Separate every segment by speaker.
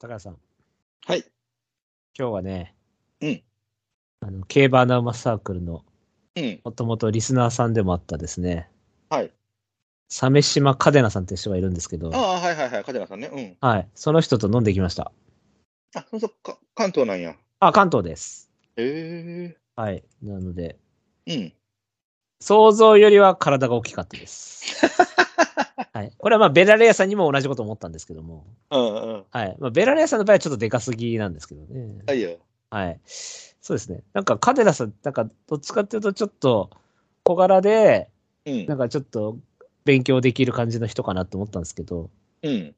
Speaker 1: 高橋さん、
Speaker 2: はい。
Speaker 1: 今日はね、
Speaker 2: うん
Speaker 1: あの競馬アナウンサークルの
Speaker 2: うん。
Speaker 1: もともとリスナーさんでもあったですね、
Speaker 2: はい。
Speaker 1: 鮫島嘉手納さんっていう人がいるんですけど、
Speaker 2: ああ、はいはいはい。カデラさんね。うん。
Speaker 1: はい、その人と飲んできました。
Speaker 2: あ、そうそう、か関東なんや。
Speaker 1: あ、関東です。
Speaker 2: へ
Speaker 1: はい、なので、
Speaker 2: え。うん。
Speaker 1: 想像よりは体が大きかったです。 はい、これはまあベラレアさんにも同じこと思ったんですけども、
Speaker 2: うんうん。
Speaker 1: はいまあ、ベラレアさんの場合はちょっとでかすぎなんですけどね。
Speaker 2: はいよ。
Speaker 1: はい。そうですね。なんか、カデラさん、なんか、どっちかっていうと、ちょっと小柄で、
Speaker 2: うん
Speaker 1: なん。かちょっと勉強できる感じの人かなと思ったんですけど、
Speaker 2: うん。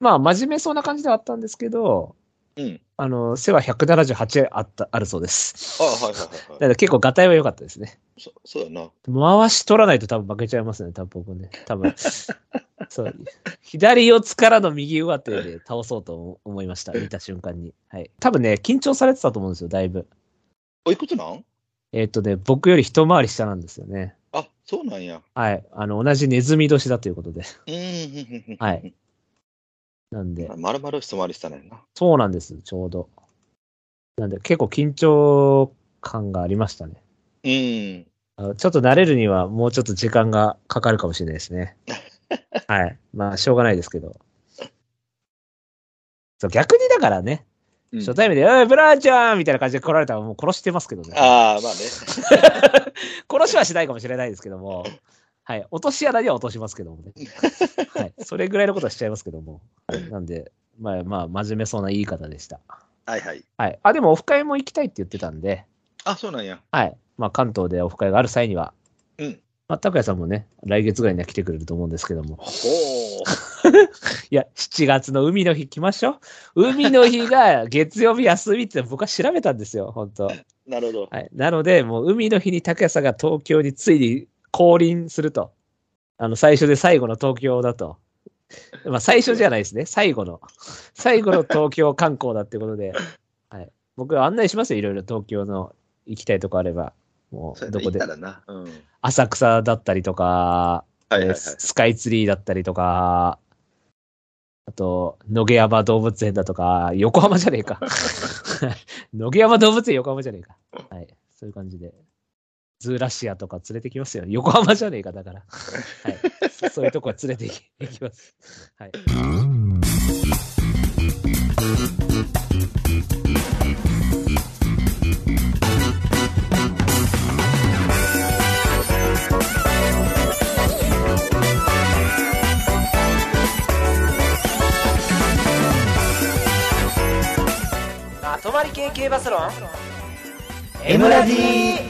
Speaker 1: まあ、真面目そうな感じではあったんですけど、
Speaker 2: うん。
Speaker 1: あの、背は178あった、あるそうで
Speaker 2: あ
Speaker 1: す。
Speaker 2: あ、はいはいはい
Speaker 1: だか
Speaker 2: は
Speaker 1: ら
Speaker 2: い。
Speaker 1: 結構、ガタイは良かったですね。
Speaker 2: そそうだな。
Speaker 1: 回し取らないと多分負けちゃいますね、多分僕ね。多 分。そう。左四つからの右上手で倒そうと思思いました。見た瞬間に。はい。多分ね、緊張されてたと思うんですよ、だいぶ。
Speaker 2: おいくつなん
Speaker 1: えっ、とね、僕より一回り下なんですよね。
Speaker 2: あ、そうなんや。
Speaker 1: はい。あの、同じネズミ年だということで。
Speaker 2: うんうん。うん
Speaker 1: はい。なんで、
Speaker 2: まるまる質問ありしたねんな。
Speaker 1: そうなんです、ちょうど。なんで、結構緊張感がありましたね。
Speaker 2: うん。
Speaker 1: あのちょっと慣れるにはもうちょっと時間がかかるかもしれないです ね。はい。まあ、しょうがないですけど。そう逆にだからね、
Speaker 2: うん
Speaker 1: 初対面で、おい、ブラーちゃんみたいな感じで来られたらもう殺してますけどね。
Speaker 2: ああ、まあね。
Speaker 1: 殺しはしないかもしれないですけども、はい、落とし穴には落としますけども ね、はい、それぐらいのことはしちゃいますけども、はいなんで、まあまあ、真面目そうな言い方でした。
Speaker 2: はいはい。
Speaker 1: はい、あでも、オフ会も行きたいって言ってたんで、
Speaker 2: あ、そうなんや。
Speaker 1: はいまあ、関東でオフ会がある際には、
Speaker 2: うん
Speaker 1: まあ、拓也さんもね、来月ぐらいには来てくれると思うんですけども、
Speaker 2: ほ
Speaker 1: いや、7月の海の日来ましょう。海の日が月曜日休みって僕は調べたんですよ、本当
Speaker 2: う。なるほど。
Speaker 1: はい、なので、もう海の日に拓也さんが東京についに降臨すると。あの、最初で最後の東京だと。まあ、最初じゃないですね。最後の。最後の東京観光だってことで。はい、僕は案内しますよ。いろいろ東京の行きたいとこあれば。も、
Speaker 2: そうう
Speaker 1: ど
Speaker 2: ど
Speaker 1: こ
Speaker 2: こ
Speaker 1: で
Speaker 2: で。行ったらな。うん。はい
Speaker 1: 浅草だったりとか、
Speaker 2: はいはい。
Speaker 1: ススカイツリーだったりとか、あと、野毛山動物園だとか、横浜じゃねえ か。野毛山動物園横浜じゃねえか。はい。そういう感じで。ズーラシアとか連れてきますよ。横浜じゃねえか、だから。はい。そ そういうとこは連れていき行きます。はい。まとまり系系バスロン
Speaker 2: M ラジは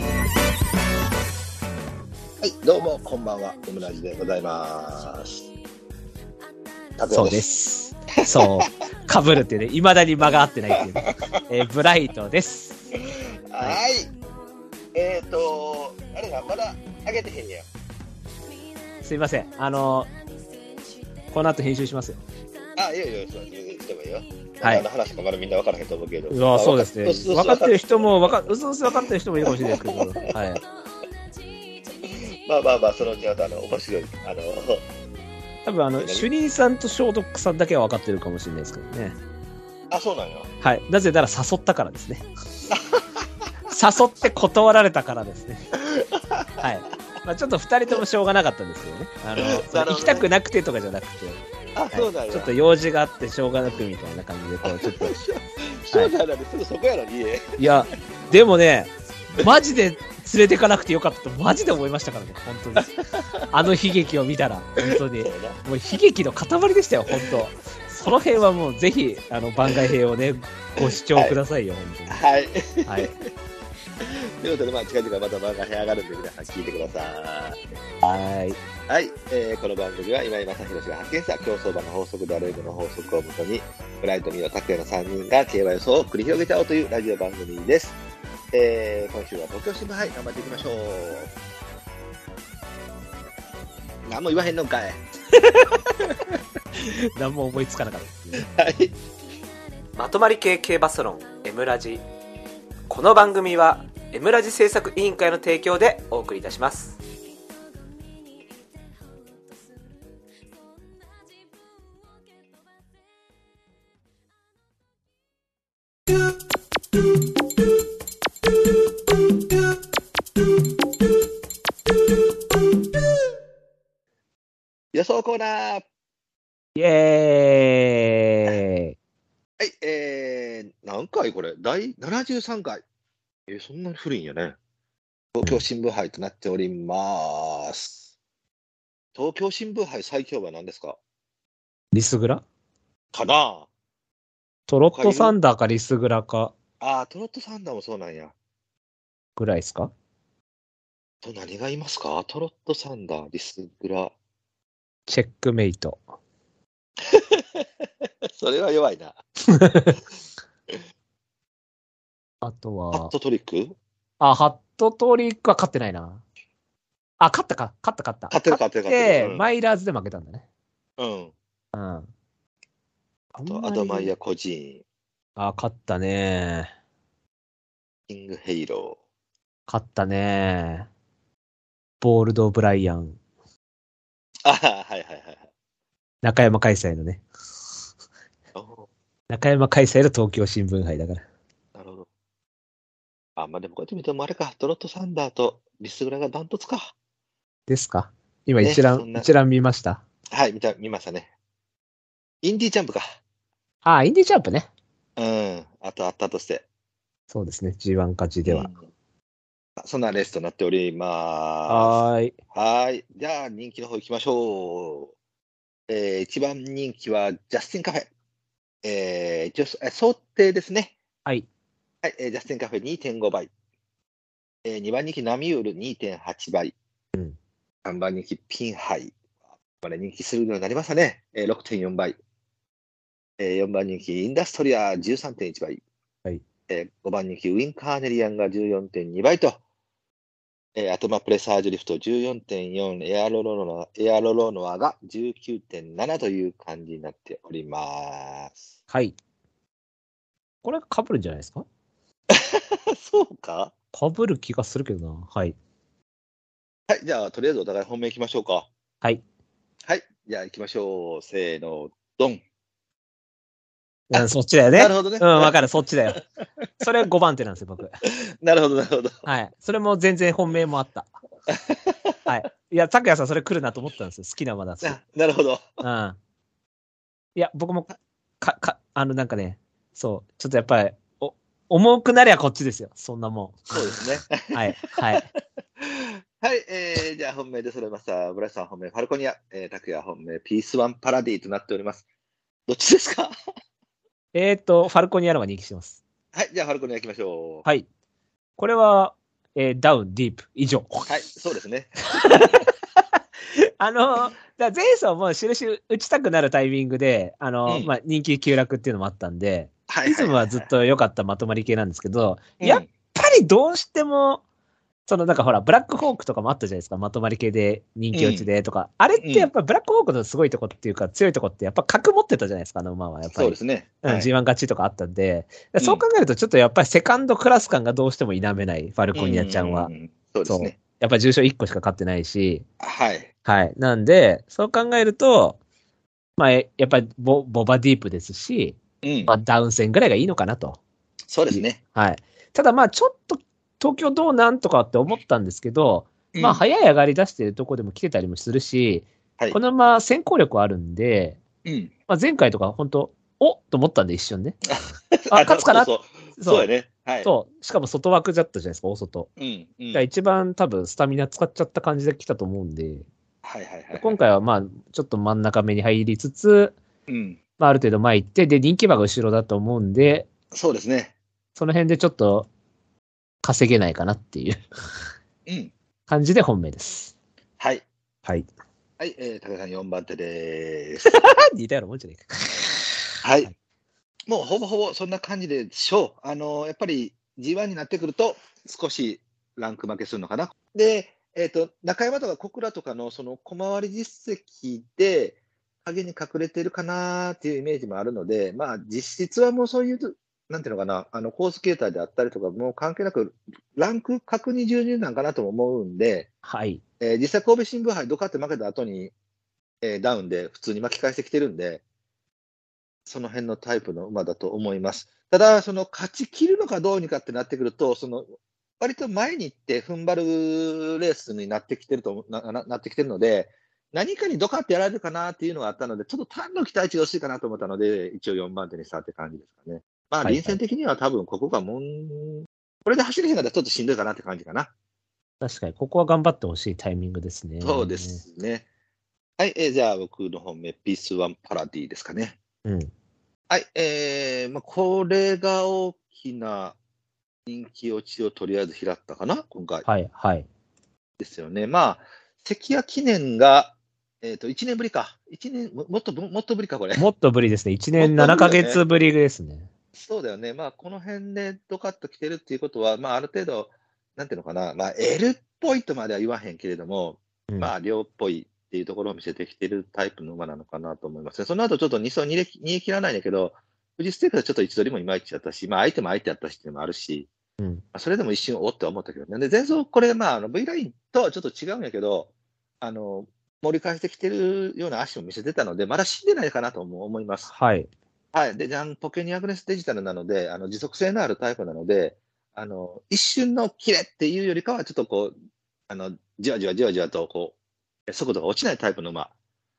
Speaker 2: い、どうも、こんばんは。エムラジでございます。拓
Speaker 1: そう
Speaker 2: 也
Speaker 1: で
Speaker 2: です。
Speaker 1: す。そう。かぶるっていうね、いまだに間が合ってないっていう、ねえーブライトです。
Speaker 2: はい。えっ、ー、と、あれがまだ上げてへんねや。
Speaker 1: すいません。あのこの後編集しますよ。
Speaker 2: あ、いやいや、そう、言ってもいいよ。
Speaker 1: はい
Speaker 2: あの話とかまだみんな分からへんと思うけど。
Speaker 1: うわ
Speaker 2: あ
Speaker 1: そうですね。分かってる人。
Speaker 2: わ
Speaker 1: も、わか、うすうす分かってる人もいるかもしれないですけど、はい。
Speaker 2: まあまあまあ、そのうちまたあの、面白い。あの、
Speaker 1: 多分、あの、主任さんと消毒さんだけは分かってるかもしれないですけどね。
Speaker 2: あ、そうなんよ。
Speaker 1: はい。なぜなら誘ったからですね。誘って断られたからですね。はい。まあ、ちょっと二人ともしょうがなかったんですけどね。あの、そ
Speaker 2: な
Speaker 1: の
Speaker 2: るほどね
Speaker 1: 行きたくなくてとかじゃなくて、
Speaker 2: あ、そうなん
Speaker 1: はい
Speaker 2: よ。
Speaker 1: ちょっと用事があってしょうがなくみたいな感じで、こう、ちょっと。
Speaker 2: そうなんだね、すぐそこやろ、家。
Speaker 1: いや、でもね、マジで連れてかなくてよかったと、マジで思いましたからね、本当に。あの悲劇を見たら、本当に。もう
Speaker 2: そうやな
Speaker 1: 悲劇の塊でしたよ、本当。その辺はもうぜひ、あの、番外編をね、ご視聴くださいよ、本
Speaker 2: はい。
Speaker 1: 当に。はい。
Speaker 2: ということで、まあ、近々また漫画編上がるんで、皆さん聞いてください。
Speaker 1: はい。
Speaker 2: はい、えーこの番組は今井正弘が発見した競走馬の法則であるの法則をもとに、ブライトミーの拓也の3人が競馬予想を繰り広げちゃおうというラジオ番組です。えー今週は東京新聞杯頑張っていきましょう。何も言わへんのんかい。
Speaker 1: 何も思いつかなかったですね。
Speaker 2: はい。
Speaker 1: まとまり系系バスロン、エムラジ。この番組は、エムラジ制作委員会の提供でお送りいたします。
Speaker 2: 当コーナーは
Speaker 1: イエーイ
Speaker 2: い、えー、何回これ第73回。えーそんなに古いんやね。東京新聞杯となっております。東京新聞杯最強馬なんですか
Speaker 1: リスグラ
Speaker 2: かなあ
Speaker 1: トロットサンダーかリスグラか
Speaker 2: あー、トロットサンダーもそうなんや。
Speaker 1: ぐらいですか
Speaker 2: と何がいますかトロットサンダー、リスグラ。
Speaker 1: チェックメイト。
Speaker 2: それは弱いな。
Speaker 1: あと
Speaker 2: ハッ
Speaker 1: は、
Speaker 2: トトリック
Speaker 1: あ、ハットトリックは勝ってないな。あ、勝ったか。勝った勝った。
Speaker 2: 勝ってる勝ってる勝ってるうん
Speaker 1: マイラーズで負けたんだね。
Speaker 2: うん。
Speaker 1: うん。あんまり
Speaker 2: とアドマイヤ・コジーン、
Speaker 1: あ、勝ったね。
Speaker 2: キング・ヘイロ
Speaker 1: 勝ったね。ボールド・ブライアン。
Speaker 2: ー。ああ、はいはいはいはい。
Speaker 1: 中山開催のね。
Speaker 2: あー
Speaker 1: 中山開催の東京新聞杯だから。
Speaker 2: なるほど。あ、まあでもこうやって見てもあれか、トロットサンダーとビスグラがダントツか。
Speaker 1: ですか今
Speaker 2: ね
Speaker 1: 一覧、
Speaker 2: そんな
Speaker 1: 一覧見ました。
Speaker 2: はい、見た、見ましたね。インディージャンプか。
Speaker 1: あ、インディ・ジャンプね。
Speaker 2: うん。あとあったとして。
Speaker 1: そうですね。G1 勝ちでは。
Speaker 2: うんあそんなレースとなっておりま
Speaker 1: はーい。
Speaker 2: す。はーい。じゃあ、人気の方行きましょう。えー、一番人気はジャスティンカフェ。えー、一応、え想定ですね。
Speaker 1: はい。
Speaker 2: はい、えージャスティンカフェ2.5倍。えー、2番人気ナミウール2.8倍。
Speaker 1: うん
Speaker 2: 3番人気ピンハイ。これ人気するようになりましたね。えー、6.4倍。えー、4番人気インダストリア13.1倍。
Speaker 1: はい
Speaker 2: えー、5番人気ウィン・カーネリアンが14.2倍と。えー、アトマプレサージュリフト14.4、エアロロノア、エアロロノアが19.7という感じになっております。
Speaker 1: はい。これ被るんじゃないですか
Speaker 2: そうか
Speaker 1: 被る気がするけどな。はい。
Speaker 2: はい、じゃあ、とりあえずお互い本命行きましょうか。
Speaker 1: はい。
Speaker 2: はい、じゃあ行きましょう。せーの、ドン。
Speaker 1: うんそっちだよね。
Speaker 2: なるほどね。
Speaker 1: うん、わかる、そっちだよ。それ5番手なんですよ、僕。
Speaker 2: なるほど、なるほど。
Speaker 1: はい。それも全然本命もあった。はい。いや、拓也さん、それ来るなと思ったんですよ。好きな馬だし。
Speaker 2: ななるほど。
Speaker 1: うん。いや、僕も、か、か、あの、なんかね、そう、ちょっとやっぱり、お、重くなりゃこっちですよ。そんなも
Speaker 2: そうですね。
Speaker 1: ん。はい。はい。
Speaker 2: はい、えー、じゃあ本命で揃えました。村井さん本命、ファルコニア、えー、拓也本命、ピースワンパラディとなっております。どっちですか
Speaker 1: えっ、ー、と、ファルコニアロが人気してます。
Speaker 2: はい、じゃあファルコニア行きましょう。
Speaker 1: はい。これは、えーダウン、ディープ、以 上。
Speaker 2: はい、そうですね。
Speaker 1: あの、だから前走も印打ちたくなるタイミングで、あの、
Speaker 2: うん
Speaker 1: まあ、人気急落っていうのもあったんで、
Speaker 2: はい。
Speaker 1: リズムはずっと良かったまとまり系なんですけど、
Speaker 2: うん、
Speaker 1: やっぱりどうしても、そのなんかほら、ブラックホークとかもあったじゃないですか、まとまり系で人気落ちでとか、あれってやっぱブラックホークのすごいとこっていうか、強いとこってやっぱ角持ってたじゃないですか、あの馬はやっぱ
Speaker 2: そう
Speaker 1: り。
Speaker 2: ですね。
Speaker 1: うん
Speaker 2: はい
Speaker 1: G1 勝ちとかあったんで、そう考えるとちょっとやっぱりセカンドクラス感がどうしても否めない、ファルコニアちゃんは
Speaker 2: う。うそうですね。
Speaker 1: やっぱ重賞1個しか勝ってないし、
Speaker 2: はい。
Speaker 1: はい。なんで、そう考えると、まあ、えやっぱりボボバディープですし、
Speaker 2: うん
Speaker 1: まあ、ダウン戦ぐらいがいいのかなと。
Speaker 2: そうですね。
Speaker 1: はい。ただまあ、ちょっと東京どうなんとかって思ったんですけど、まあ、
Speaker 2: はい。
Speaker 1: 早い上がり出してるとこでも来てたりもするし、
Speaker 2: はい
Speaker 1: このまま先行力あるんで、
Speaker 2: うん。
Speaker 1: まあ、前回とか本当、おっと思ったんで、一 瞬ね。あ勝つかな
Speaker 2: そうそう
Speaker 1: そ
Speaker 2: そう
Speaker 1: う
Speaker 2: やね。はい。
Speaker 1: そうしかも外枠だったじゃないですか、大外。
Speaker 2: うん。うん。
Speaker 1: だから一番多分スタミナ使っちゃった感じで来たと思うんで、
Speaker 2: はいはいはい。
Speaker 1: 今回はまあ、ちょっと真ん中目に入りつつ、
Speaker 2: うん。
Speaker 1: まあ、ある程度前行って、で、人気馬が後ろだと思うんで、
Speaker 2: そうですね。
Speaker 1: その辺でちょっと稼げないかなっていう
Speaker 2: うん。
Speaker 1: 感じで本命です。
Speaker 2: はい。
Speaker 1: はい。
Speaker 2: はい、えー、高橋さん4番手です。
Speaker 1: 似たようなもんじゃないか。
Speaker 2: はい。もうほぼほぼそんな感じでしょう。あのーやっぱり G1 になってくると、少しランク負けするのかな。で、えっ、と、中山とか小倉とかのその小回り実績で、影に隠れてるかなーっていうイメージもあるので、まあ実質はもうそういう、なんていうのかな、あのコース形態であったりとか、もう関係なく、ランク確に重々なんかなとも思うんで、
Speaker 1: はい。
Speaker 2: えー実際、神戸新聞杯、ドカって負けた後に、えーダウンで普通に巻き返してきてるんで、その辺のタイプの馬だと思います。ただ、その勝ち切るのかどうにかってなってくると、その割と前に行って踏ん張るレースになってきてると思なななってきてるので、何かにドカってやられるかなっていうのがあったので、ちょっと単の期待値が薄いかなと思ったので、一応4番手にしたって感じですかね。まあ、
Speaker 1: はい
Speaker 2: 臨戦的には多分ここがもん、これで走れへんかったらちょっとしんどいかなって感じかな。
Speaker 1: 確かに、ここは頑張ってほしいタイミングですね。
Speaker 2: そうで。すね。はい、えーじゃあ僕の本命、ピースワンパラディですかね。
Speaker 1: うん。
Speaker 2: はい、えーまあ、これが大きな人気落ちをとりあえず拾ったかな、今回
Speaker 1: はい、はい。
Speaker 2: ですよね。まあ、関谷記念が、えー、と1年ぶりか、1年ももっとぶもっとぶりか、これ。
Speaker 1: もっとぶりですね。1年7ヶ月ぶりですね。
Speaker 2: そうだよね、まあ、この辺でドカッと来てるっていうことは、まあ、ある程度、なんていうのかな、まあ、L っぽいとまでは言わへんけれども、
Speaker 1: うん
Speaker 2: まあ、量っぽいっていうところを見せてきてるタイプの馬なのかなと思いますね。その後ちょっと2走逃げ切らないんだけど、フリーステークスはちょっと位置取りもいまいちだったし、まあ、相手も相手だったしっていうのもあるし、
Speaker 1: うん
Speaker 2: まあ、それでも一瞬おって思ったけどね。で、前走これ、まあ、あの V ラインとはちょっと違うんやけど、あの、盛り返してきてるような足も見せてたので、まだ死んでないかなとも思います。
Speaker 1: はい。
Speaker 2: はい。で、ジャンポケニアグネスデジタルなので、あの、持続性のあるタイプなので、あの、一瞬のキレっていうよりかは、ちょっとこう、あの、じわじわじわじわと、こう、速度が落ちないタイプの馬。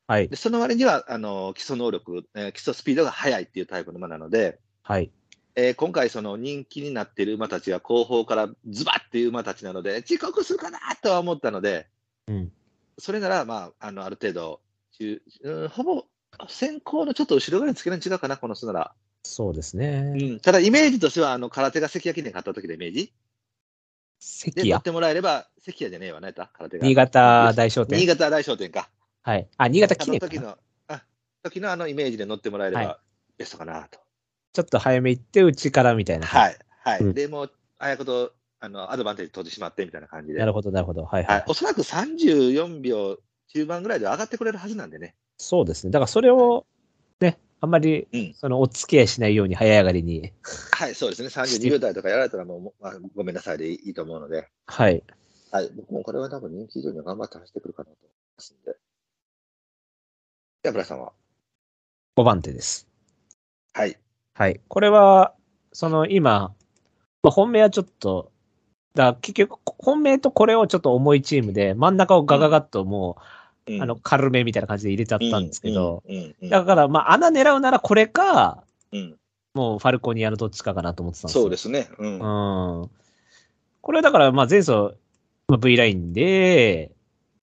Speaker 1: はい
Speaker 2: で、。その割には、あの、基礎能力、えー基礎スピードが速いっていうタイプの馬なので、
Speaker 1: はい。
Speaker 2: えー今回、その人気になっている馬たちが後方からズバっていう馬たちなので、遅刻するかなとは思ったので、
Speaker 1: うん
Speaker 2: それなら、まあ、あの、ある程度、中うん、ほぼ、先行のちょっと後ろぐらいにつけるん違うかな、この巣なら。
Speaker 1: そうですね。
Speaker 2: うん、ただ、イメージとしては、あの空手が関谷記念買った時のイメージで
Speaker 1: 関
Speaker 2: 乗っ
Speaker 1: 谷。
Speaker 2: てもらえれば、関谷じゃねえわ、ね、空手が。
Speaker 1: 新潟大商
Speaker 2: 新
Speaker 1: 店。
Speaker 2: 潟大商店か。
Speaker 1: はい。あ、新潟記念
Speaker 2: あ
Speaker 1: か
Speaker 2: の時
Speaker 1: な
Speaker 2: の、あ時のあのイメージで乗ってもらえれば、
Speaker 1: は
Speaker 2: ベストかなと。
Speaker 1: ちょっと早め行って、うちからみたいな。
Speaker 2: はい、はい。
Speaker 1: うん
Speaker 2: でもう、あやこと、あのアドバンテージ取ってしまってみたいな感じで。
Speaker 1: なるほど、なるほど。はい、は
Speaker 2: はいい。。おそらく34秒中盤ぐらいで上がってくれるはずなんでね。
Speaker 1: そうですね。だからそれを、ね、あんまり
Speaker 2: うん、
Speaker 1: その、お付き合いしないように早上がりに。
Speaker 2: はい、そうですね。32秒台とかやられたらもう、もうまあ、ごめんなさいでいいいいと思うので。
Speaker 1: はい。
Speaker 2: はい、僕もこれは多分人気以上には頑張って走ってくるかなと思いますんで。じゃあ、村さんは。
Speaker 1: 5番手です。
Speaker 2: はい。
Speaker 1: はい。これは、その今、まあ、本命はちょっと、だ結局、本命とこれをちょっと重いチームで、真ん中をガガガッともう、あの、軽めみたいな感じで入れちゃったんですけど、
Speaker 2: うん、うんうん
Speaker 1: だから、まあ、穴狙うならこれか、
Speaker 2: うん
Speaker 1: もうファルコニアのどっちかかなと思ってたんですよ。
Speaker 2: そうですね。うん。
Speaker 1: う
Speaker 2: は
Speaker 1: ん。これはだから、まあ、前走、まあ V ラインで、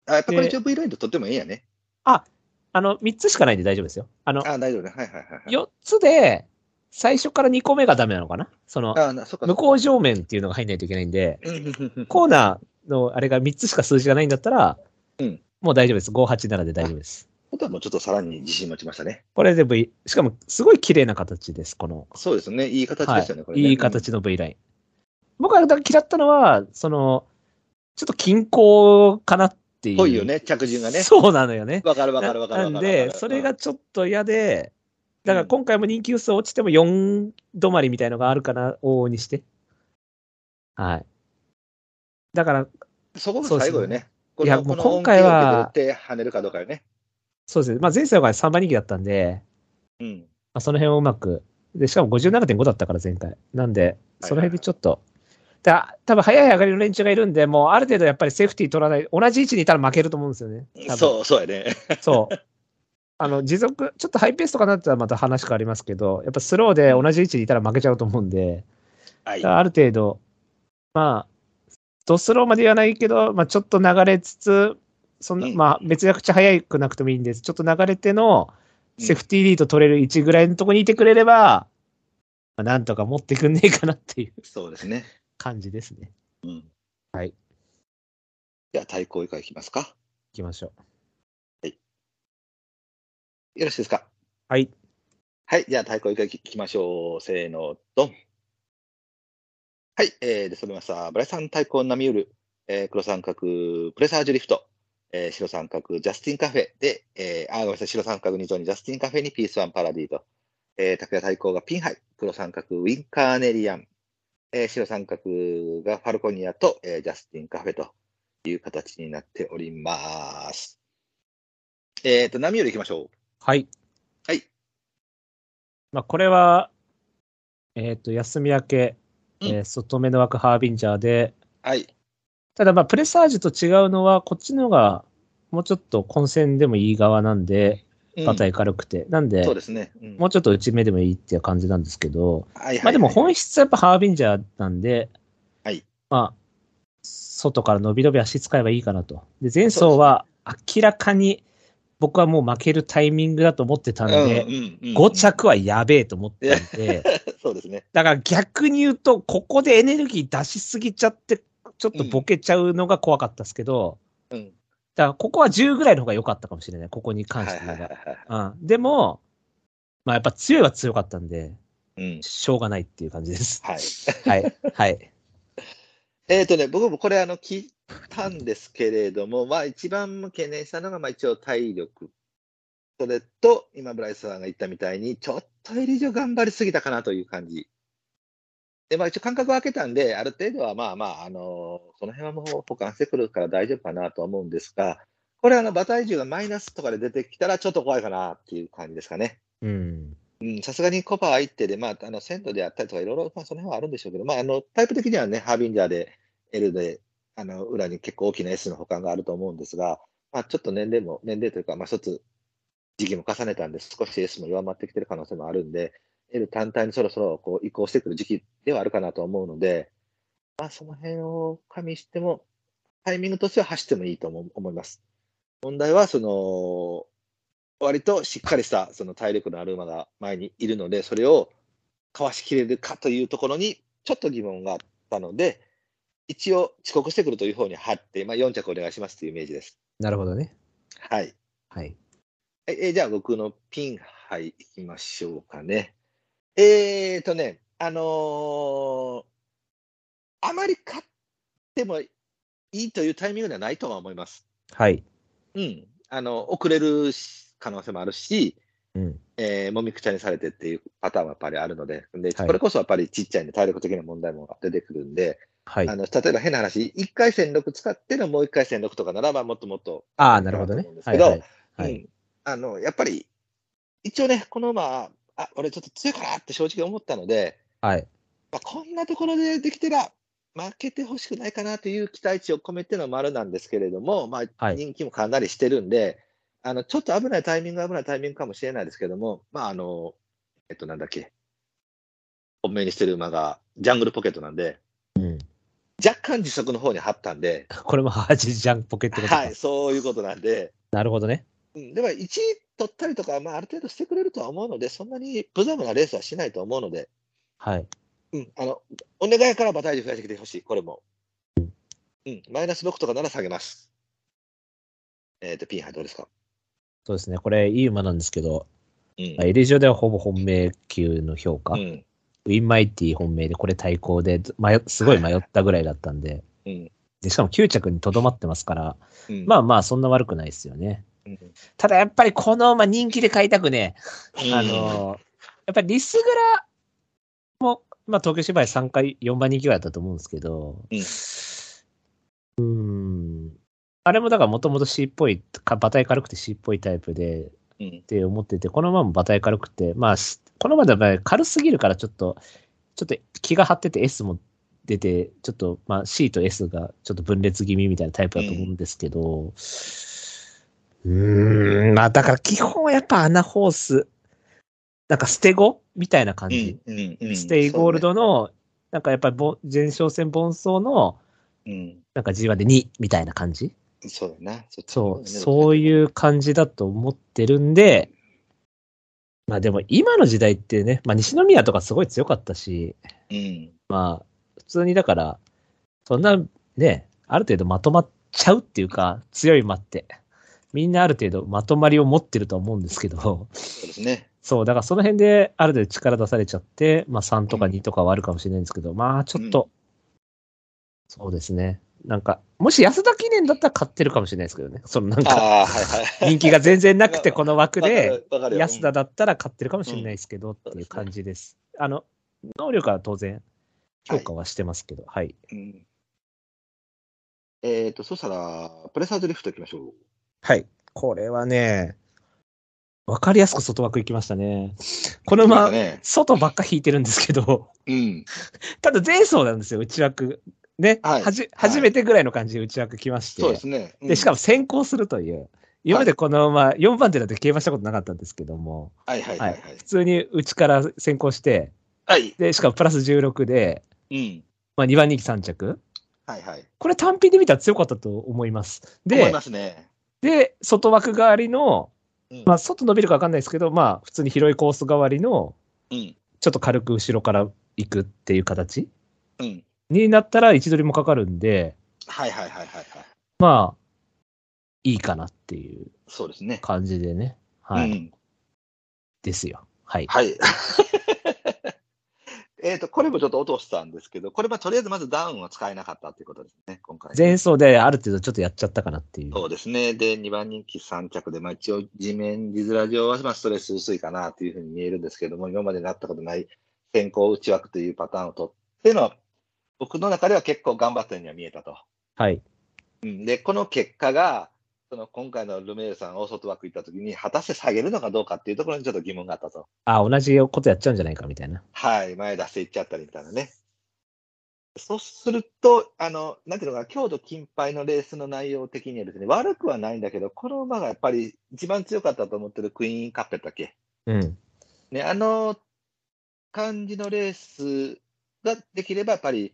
Speaker 2: あやっぱこれ一応 V ラインととってもいいんやね。
Speaker 1: あの、3つしかないんで大丈夫ですよ。あの、
Speaker 2: あ大丈夫ね。はいはいはいはい。
Speaker 1: 4つで、最初から2個目がダメなのかなその、
Speaker 2: あなそっか。
Speaker 1: 向こう正面っていうのが入んないといけないんで、
Speaker 2: うんうんうん
Speaker 1: コーナーのあれが3つしか数字がないんだったら、
Speaker 2: うん
Speaker 1: もう大丈夫です。587で大丈夫です。
Speaker 2: ことはもうちょっとさらに自信持ちましたね。
Speaker 1: これで V、しかもすごい綺麗な形です、この。
Speaker 2: そうですね。いい形ですよね、こ
Speaker 1: はい、
Speaker 2: れね。
Speaker 1: いい形の V ライン。僕はだから嫌ったのは、その、ちょっと均衡かなってい
Speaker 2: うん。
Speaker 1: う。
Speaker 2: 濃いよね、着順がね。
Speaker 1: そうなのよね。
Speaker 2: わかるわかるわかるわかる
Speaker 1: な
Speaker 2: わ
Speaker 1: ん
Speaker 2: かる。
Speaker 1: で、それがちょっと嫌で、だから今回も人気薄落ちても4止まりみたいのがあるかな、往々にして。はい。だから、
Speaker 2: そこが最後よね。この
Speaker 1: いやもう今回は
Speaker 2: この恩恵を受けて跳ねるかどうかよね。
Speaker 1: そうですね。まあ前回は3番人気だったんで、
Speaker 2: うん。
Speaker 1: まあ、その辺をうまく。で、しかも57.5だったから前回。なんで、
Speaker 2: はい
Speaker 1: その辺でちょっと。だ多分早い上がりの連中がいるんで、もうある程度やっぱりセーフティー取らない、同じ位置にいたら負けると思うんですよね。う。
Speaker 2: そう、そうやね。
Speaker 1: そう。あの、持続、ちょっとハイペースとかなったらまた話変わりますけど、やっぱスローで同じ位置にいたら負けちゃうと思うんで、
Speaker 2: はい
Speaker 1: だか。らある程度、まあ、ドスローまで言わないけど、まあちょっと流れつつ、そんな、
Speaker 2: うん
Speaker 1: まあめちゃくちゃ速くなくてもいいんです。ちょっと流れての、
Speaker 2: うん
Speaker 1: セーフティーリード取れる位置ぐらいのとこにいてくれれば、まあなんとか持ってくんねえかなっていう
Speaker 2: そうですね。
Speaker 1: 感じですね。
Speaker 2: うん。
Speaker 1: はい。
Speaker 2: じゃあ、対抗以下いきますか。
Speaker 1: いきましょう。
Speaker 2: よろしいですか。
Speaker 1: はい。
Speaker 2: はい。じゃあ、対抗以下いきましょう。せーの、ドン。はい。えー、で、それました。ブライさん対抗波打る、えー黒三角、プレサージュリフト、えー白三角、ジャスティンカフェで、えー、あー、ごめんなさい。白三角二層にジャスティンカフェにピースワンパラディと、えー、拓也対抗がピンハイ、黒三角、ウィンカーネリアン、えー白三角がファルコニアと、えージャスティンカフェという形になっております。えーと、波打るいきましょう。
Speaker 1: はい。
Speaker 2: はい。
Speaker 1: まあこれは、えっ、と、休み明け、
Speaker 2: うん
Speaker 1: えー外目の枠ハービンジャーで、
Speaker 2: はい。
Speaker 1: ただまあプレサージュと違うのは、こっちの方がもうちょっと混戦でもいい側なんで、
Speaker 2: うん
Speaker 1: バター軽くて。なんで
Speaker 2: そう、ですね。うん
Speaker 1: もうちょっと内目でもいいっていう感じなんですけど、
Speaker 2: はいはいはい
Speaker 1: まあでも本質はやっぱハービンジャーなんで、
Speaker 2: はい
Speaker 1: まあ、外から伸び伸び足使えばいいかなと。で、前走は明らかに僕はもう負けるタイミングだと思ってたんで、5。着はやべえと思っていて、
Speaker 2: うんうんうんそうですね。
Speaker 1: だから逆に言うと、ここでエネルギー出しすぎちゃって、ちょっとボケちゃうのが怖かったですけど、
Speaker 2: うん
Speaker 1: だからここは10ぐらいの方が良かったかもしれない、ここに
Speaker 2: は
Speaker 1: 関
Speaker 2: い
Speaker 1: し
Speaker 2: は
Speaker 1: て
Speaker 2: い
Speaker 1: 言え
Speaker 2: はい
Speaker 1: ば。
Speaker 2: は
Speaker 1: うん、でも、まあ、やっぱ強いは強かったんで、
Speaker 2: い。うん
Speaker 1: しょうがないっていう感じです。
Speaker 2: はい。
Speaker 1: はい。はい。
Speaker 2: えっ、とね、僕もこれあの聞いたんですけれども、まあ一番懸念したのが、まあ一応体力。それと、今ブライスさんが言ったみたいに、ちょっとエリジョ頑張りすぎたかなという感じ。で、まあ一応間隔を空けたんで、ある程度はまあまあ、あのその辺はもう保管してくるから大丈夫かなとは思うんですが、これあの、馬体重がマイナスとかで出てきたらちょっと怖いかなっていう感じですかね。
Speaker 1: うん。
Speaker 2: うんさすがにコパ相手で、まあ、あの、鮮度であったりとか、いろいろ、まあ、その辺はあるんでしょうけど、まあ、あの、タイプ的にはね、ハービンジャーで、L で、あの、裏に結構大きな S の保管があると思うんですが、まあ、ちょっと年齢も、年齢というか、まあ、一つ、時期も重ねたんで、少し S も弱まってきてる可能性もあるんで、L 単体にそろそろ、こう、移行してくる時期ではあるかなと思うので、まあ、その辺を加味しても、タイミングとしては走ってもいいと思思います。問題は、その、割としっかりしたその体力のある馬が前にいるので、それをかわしきれるかというところにちょっと疑問があったので、一応遅刻してくるという方に張って、まあ、4着お願いしますというイメージです。
Speaker 1: なるほどね。
Speaker 2: はい。はい
Speaker 1: はい。
Speaker 2: えーじゃあ僕のピン杯いきましょうかね。えーとね、あのーあまり勝ってもいいというタイミングではないとは思います。
Speaker 1: はい。
Speaker 2: うん。あの、遅れるし可能性もあるし、
Speaker 1: うん。
Speaker 2: えー、もみくちゃにされてっていうパターンはやっぱりあるので、で
Speaker 1: はい
Speaker 2: これこそやっぱりちっちゃいんで体力的な問題も出てくるんで、
Speaker 1: はい。
Speaker 2: あ
Speaker 1: あ
Speaker 2: の例えば変な話、1回戦6使ってのもう1回戦6とかならばもっともっと、
Speaker 1: あー、なるほどね。はい。はい。は
Speaker 2: う
Speaker 1: い。
Speaker 2: んあのやっぱり一応ね、この馬、あ俺ちょっと強いかなって正直思ったので、
Speaker 1: はい。
Speaker 2: まあ、こんなところでできたら負けてほしくないかなという期待値を込めての丸なんですけれども、ま
Speaker 1: は
Speaker 2: あ、
Speaker 1: い
Speaker 2: 人気もかなりしてるんで、あのちょっと危ないタイミング、危ないタイミングかもしれないですけども、まああのえっと、なんだっけ、本命にしてる馬がジャングルポケットなんで、
Speaker 1: うん。
Speaker 2: 若干時速の方に張ったんで、
Speaker 1: これもハージジャンポケってことか。
Speaker 2: はい、そういうことなんで、
Speaker 1: なるほどね。
Speaker 2: うん、でも1位取ったりとか、まあ、ある程度してくれるとは思うので、そんなに無様なレースはしないと思うので、
Speaker 1: はい。
Speaker 2: うん、あの、お願いから馬体重増やしてきてほしい、これも。うん、マイナス6とかなら下げます。えっ、と、ピンハイどうですか
Speaker 1: そうですね。これ、いい馬なんですけど、
Speaker 2: うん
Speaker 1: まあエリジオではほぼ本命級の評価。
Speaker 2: うん。
Speaker 1: ウィンマイティ本命で、これ対抗で、迷すごい迷ったぐらいだったんで。
Speaker 2: うん。
Speaker 1: でしかも9着にとどまってますから、
Speaker 2: うん
Speaker 1: まあまあ、そんな悪くないですよね。
Speaker 2: うん
Speaker 1: ただやっぱりこの馬人気で買いたくね、
Speaker 2: うん
Speaker 1: あのーやっぱりリスグラも、まあ東京芝居3回、4番人気ぐらいだったと思うんですけど、
Speaker 2: うん
Speaker 1: うーん。あれもだからもともと C っぽい、か馬体軽くて C っぽいタイプで、っ
Speaker 2: うん。
Speaker 1: て思ってて、この馬も馬体軽くて、まあ、しこの馬ではやっぱり軽すぎるからちょっと、ちょっと気が張ってて S も出て、ちょっとまあ C と S がちょっと分裂気味みたいなタイプだと思うんですけど、うーん、まあだから基本はやっぱアナホース、なんか捨て子みたいな感じ。
Speaker 2: うんうん。
Speaker 1: ステイゴールド
Speaker 2: そ
Speaker 1: の、なんかやっぱりぼ前哨戦盆走の、
Speaker 2: うね、
Speaker 1: なんか G1 で2みたいな感じ
Speaker 2: うん。そうだな。そっちの
Speaker 1: そ
Speaker 2: 方
Speaker 1: う、
Speaker 2: ね
Speaker 1: そういう感じだと思ってるんで、まあでも今の時代ってね、まあ西宮とかすごい強かったし、
Speaker 2: うん。
Speaker 1: まあ、普通にだから、そんな、ね、ある程度まとまっちゃうっていうか、強い馬って、みんなある程度まとまりを持ってるとは思うんですけど、
Speaker 2: そうですね。
Speaker 1: そう、だからその辺である程度力出されちゃって、まあ3とか2とかはあるかもしれないんですけど、まあちょっと、そうですね。なんか、もし安田記念だったら買ってるかもしれないですけどね。そのなんか、
Speaker 2: ああ、はいはい。
Speaker 1: 人気が全然なくてこの枠で、
Speaker 2: わかるよ、
Speaker 1: 安田だったら買ってるかもしれないですけどっていう感じです。あの、能力は当然評価はしてますけど、はい。
Speaker 2: うん。えっ、と、そしたら、プレサードリフトいきましょう。
Speaker 1: はい。これはね、わかりやすく外枠行きましたね。この馬、
Speaker 2: ね、
Speaker 1: 外ばっか引いてるんですけど、
Speaker 2: うん。
Speaker 1: ただ前走なんですよ、内枠。ね、
Speaker 2: はい
Speaker 1: はじ、初めてぐらいの感じで内枠来まして、
Speaker 2: そうですね。うん
Speaker 1: で、しかも先行するという、今までこの馬、4番手なんて競馬したことなかったんですけども、
Speaker 2: はいはいはいはい。
Speaker 1: 普通に内から先行して、
Speaker 2: はい。
Speaker 1: で、しかもプラス16で、
Speaker 2: うん。
Speaker 1: まあ、2番人気3着。
Speaker 2: はいはい。
Speaker 1: これ単品で見たら強かったと思います。
Speaker 2: 思い
Speaker 1: で
Speaker 2: ま、すね。
Speaker 1: で、外枠代わりの、
Speaker 2: うん
Speaker 1: まあ、外伸びるか分かんないですけど、まあ、普通に広いコース代わりの、
Speaker 2: うん。
Speaker 1: ちょっと軽く後ろから行くっていう形
Speaker 2: うん。
Speaker 1: になったら位置取りもかかるんで、
Speaker 2: はいはいはいはいはい。
Speaker 1: まあ、いいかなっていう
Speaker 2: そうですね。
Speaker 1: 感じでね。はい。
Speaker 2: うん。
Speaker 1: ですよ。はい。
Speaker 2: はい。 えっと、これもちょっと落としたんですけど、これはとりあえずまずダウンは使えなかったっていうことですね、今回。
Speaker 1: 前走である程度ちょっとやっちゃったかなっていう。
Speaker 2: そうですね。で、2番人気3着で、まあ一応地面、地面上はまあストレス薄いかなというふうに見えるんですけども、今までなったことない先行内枠というパターンを取っての、僕の中では結構頑張ったようには見えたと。
Speaker 1: はい。
Speaker 2: うんで、この結果が、その今回のルメールさんを外枠行った時に、果たして下げるのかどうかっていうところにちょっと疑問があったと。
Speaker 1: あ、同じことやっちゃうんじゃないかみたいな。
Speaker 2: はい、前出していっちゃったりみたいなね。そうすると、あの、なんていうのかな、強度金杯のレースの内容的にはですね、悪くはないんだけど、この馬がやっぱり一番強かったと思ってるクイーンカッペルだっけ
Speaker 1: うん。
Speaker 2: ね、あの感じのレースができれば、やっぱり、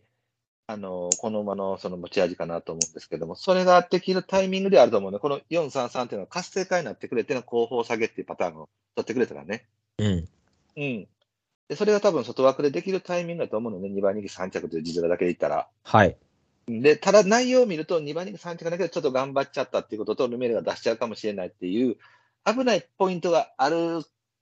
Speaker 2: あの、この馬のその持ち味かなと思うんですけども、それができるタイミングではあると思うので、この433っていうのは活性化になってくれての後方下げっていうパターンを取ってくれたからね。
Speaker 1: うん。
Speaker 2: うん。で、それが多分外枠でできるタイミングだと思うのね、2番人気3着という実力だけでいったら。
Speaker 1: はい。
Speaker 2: で、ただ内容を見ると、2番人気3着だけど、ちょっと頑張っちゃったっていうことと、ルメールが出しちゃうかもしれないっていう、危ないポイントがある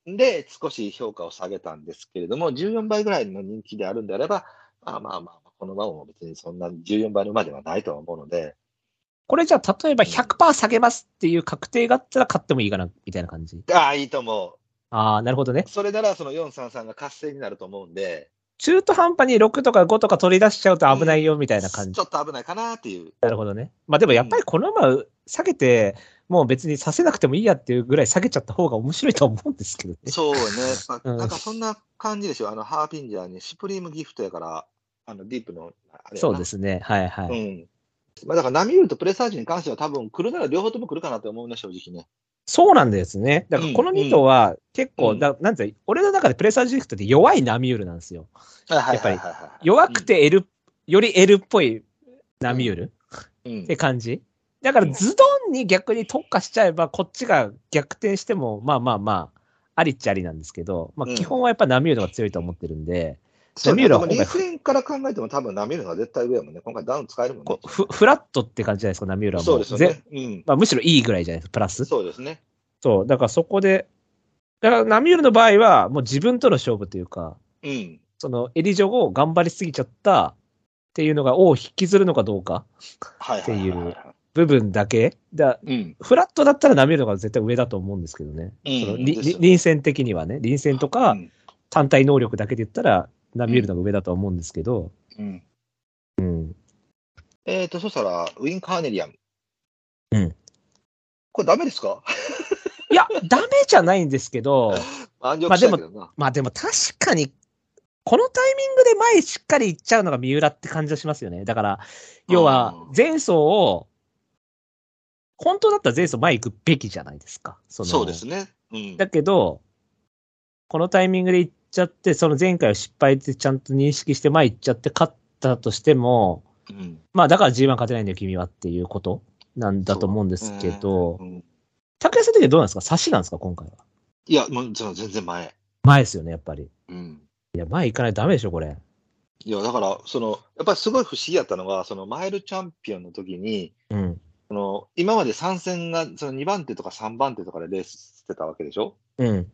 Speaker 2: んで、少し評価を下げたんですけれども、14倍ぐらいの人気であるんであれば、まあまあまあ、この馬も別にそんな14倍の馬ではないとは思うので、
Speaker 1: これじゃあ、例えば100%下げますっていう確定があったら買ってもいいかな、みたいな感じ。
Speaker 2: ああ、いいと思
Speaker 1: ああ、なるほどね
Speaker 2: う。。それなら、その433が活性になると思うんで、
Speaker 1: 中途半端に6とか5とか取り出しちゃうと危ないよみたいな感じ。
Speaker 2: ちょっと危ないかなっていう。
Speaker 1: なるほどね。まあでもやっぱりこのまま下げて、もう別にさせなくてもいいやっていうぐらい下げちゃった方が面白いと思うんですけどね。
Speaker 2: そうね、まあ
Speaker 1: うん
Speaker 2: なんかそんな感じでしょ、あのハーピンジャーにシュプリームギフトやから、あのディープのあれやな
Speaker 1: そうですね。はいはい。
Speaker 2: うんまあ、だから、ナミュールとプレサージュに関しては、多分来るなら両方とも来るかなと思うね、正直ね。
Speaker 1: そうなんですね。だからこの2頭は結構、
Speaker 2: うん
Speaker 1: だなんていうの俺の中でプレサージェクトって弱いナミュールなんですよ。
Speaker 2: や
Speaker 1: っぱり弱く、て L、より L っぽいナミュール
Speaker 2: うんうん
Speaker 1: って感じ。だからズドンに逆に特化しちゃえば、こっちが逆転しても、まあまあまあ、ありっちゃありなんですけど、ま
Speaker 2: う
Speaker 1: あ
Speaker 2: ん
Speaker 1: 基本はやっぱナミュールが強いと思ってるんで、
Speaker 2: そう
Speaker 1: ナミュールは
Speaker 2: でも
Speaker 1: 今回
Speaker 2: リーフレインから考えても、多分ナミュールの方が絶対上やもんね。今回ダウン使えるもんね
Speaker 1: こう。フフラットって感じじゃないですか、ナミュールはも
Speaker 2: そうですよ
Speaker 1: ぜ
Speaker 2: ね。うん。
Speaker 1: まあ、むしろいいぐらいじゃないですか、プラス。
Speaker 2: そうですね。
Speaker 1: そう、だからそこで、だからナミュールの場合は、もう自分との勝負というか、
Speaker 2: うん。
Speaker 1: そのエリジョを頑張りすぎちゃったっていうのが、を引きずるのかどうか、
Speaker 2: はいはいはいは
Speaker 1: 部分だけ。だ
Speaker 2: い。うん。
Speaker 1: フラットだったらナミュールの方が絶対上だと思うんですけどね。
Speaker 2: うん
Speaker 1: その
Speaker 2: うん
Speaker 1: り
Speaker 2: ですよね
Speaker 1: 臨戦的にはね、臨戦と
Speaker 2: う
Speaker 1: か
Speaker 2: ん
Speaker 1: 単体能力だけで言ったら、ナミュールの方が上だと思うんですけど、
Speaker 2: うん
Speaker 1: うん。
Speaker 2: えっと、そしたら、ウィン・カーネリアン。
Speaker 1: うん。
Speaker 2: これ、ダメですか
Speaker 1: いや、ダメじゃないんですけど、
Speaker 2: 満足したいけどな。
Speaker 1: まあでも確かに、このタイミングで前しっかり行っちゃうのが三浦って感じがしますよね。だから、要は
Speaker 2: うん
Speaker 1: 前走を、本当だったら前走前行くべきじゃないですか。その
Speaker 2: そうですね。うん。
Speaker 1: だけど、このタイミングで行っちゃって、その前回を失敗ってちゃんと認識して前行っちゃって勝ったとしても、
Speaker 2: うん
Speaker 1: まあだから G1 勝てないんだよ君はっていうことなんだと思うんですけど
Speaker 2: う、ん
Speaker 1: 竹谷さん的にはどうなんですか差しなんですか今回は。
Speaker 2: いや、もうじゃあ全然前。
Speaker 1: 前ですよね、やっぱり。
Speaker 2: うん。
Speaker 1: いや、前行かないとダメでしょ、これ。
Speaker 2: いや、だから、その、やっぱりすごい不思議やったのが、そのマイルチャンピオンの時に、
Speaker 1: うん。
Speaker 2: その、今まで参戦が、その2番手とか3番手とかでレースしてたわけでしょ
Speaker 1: うん。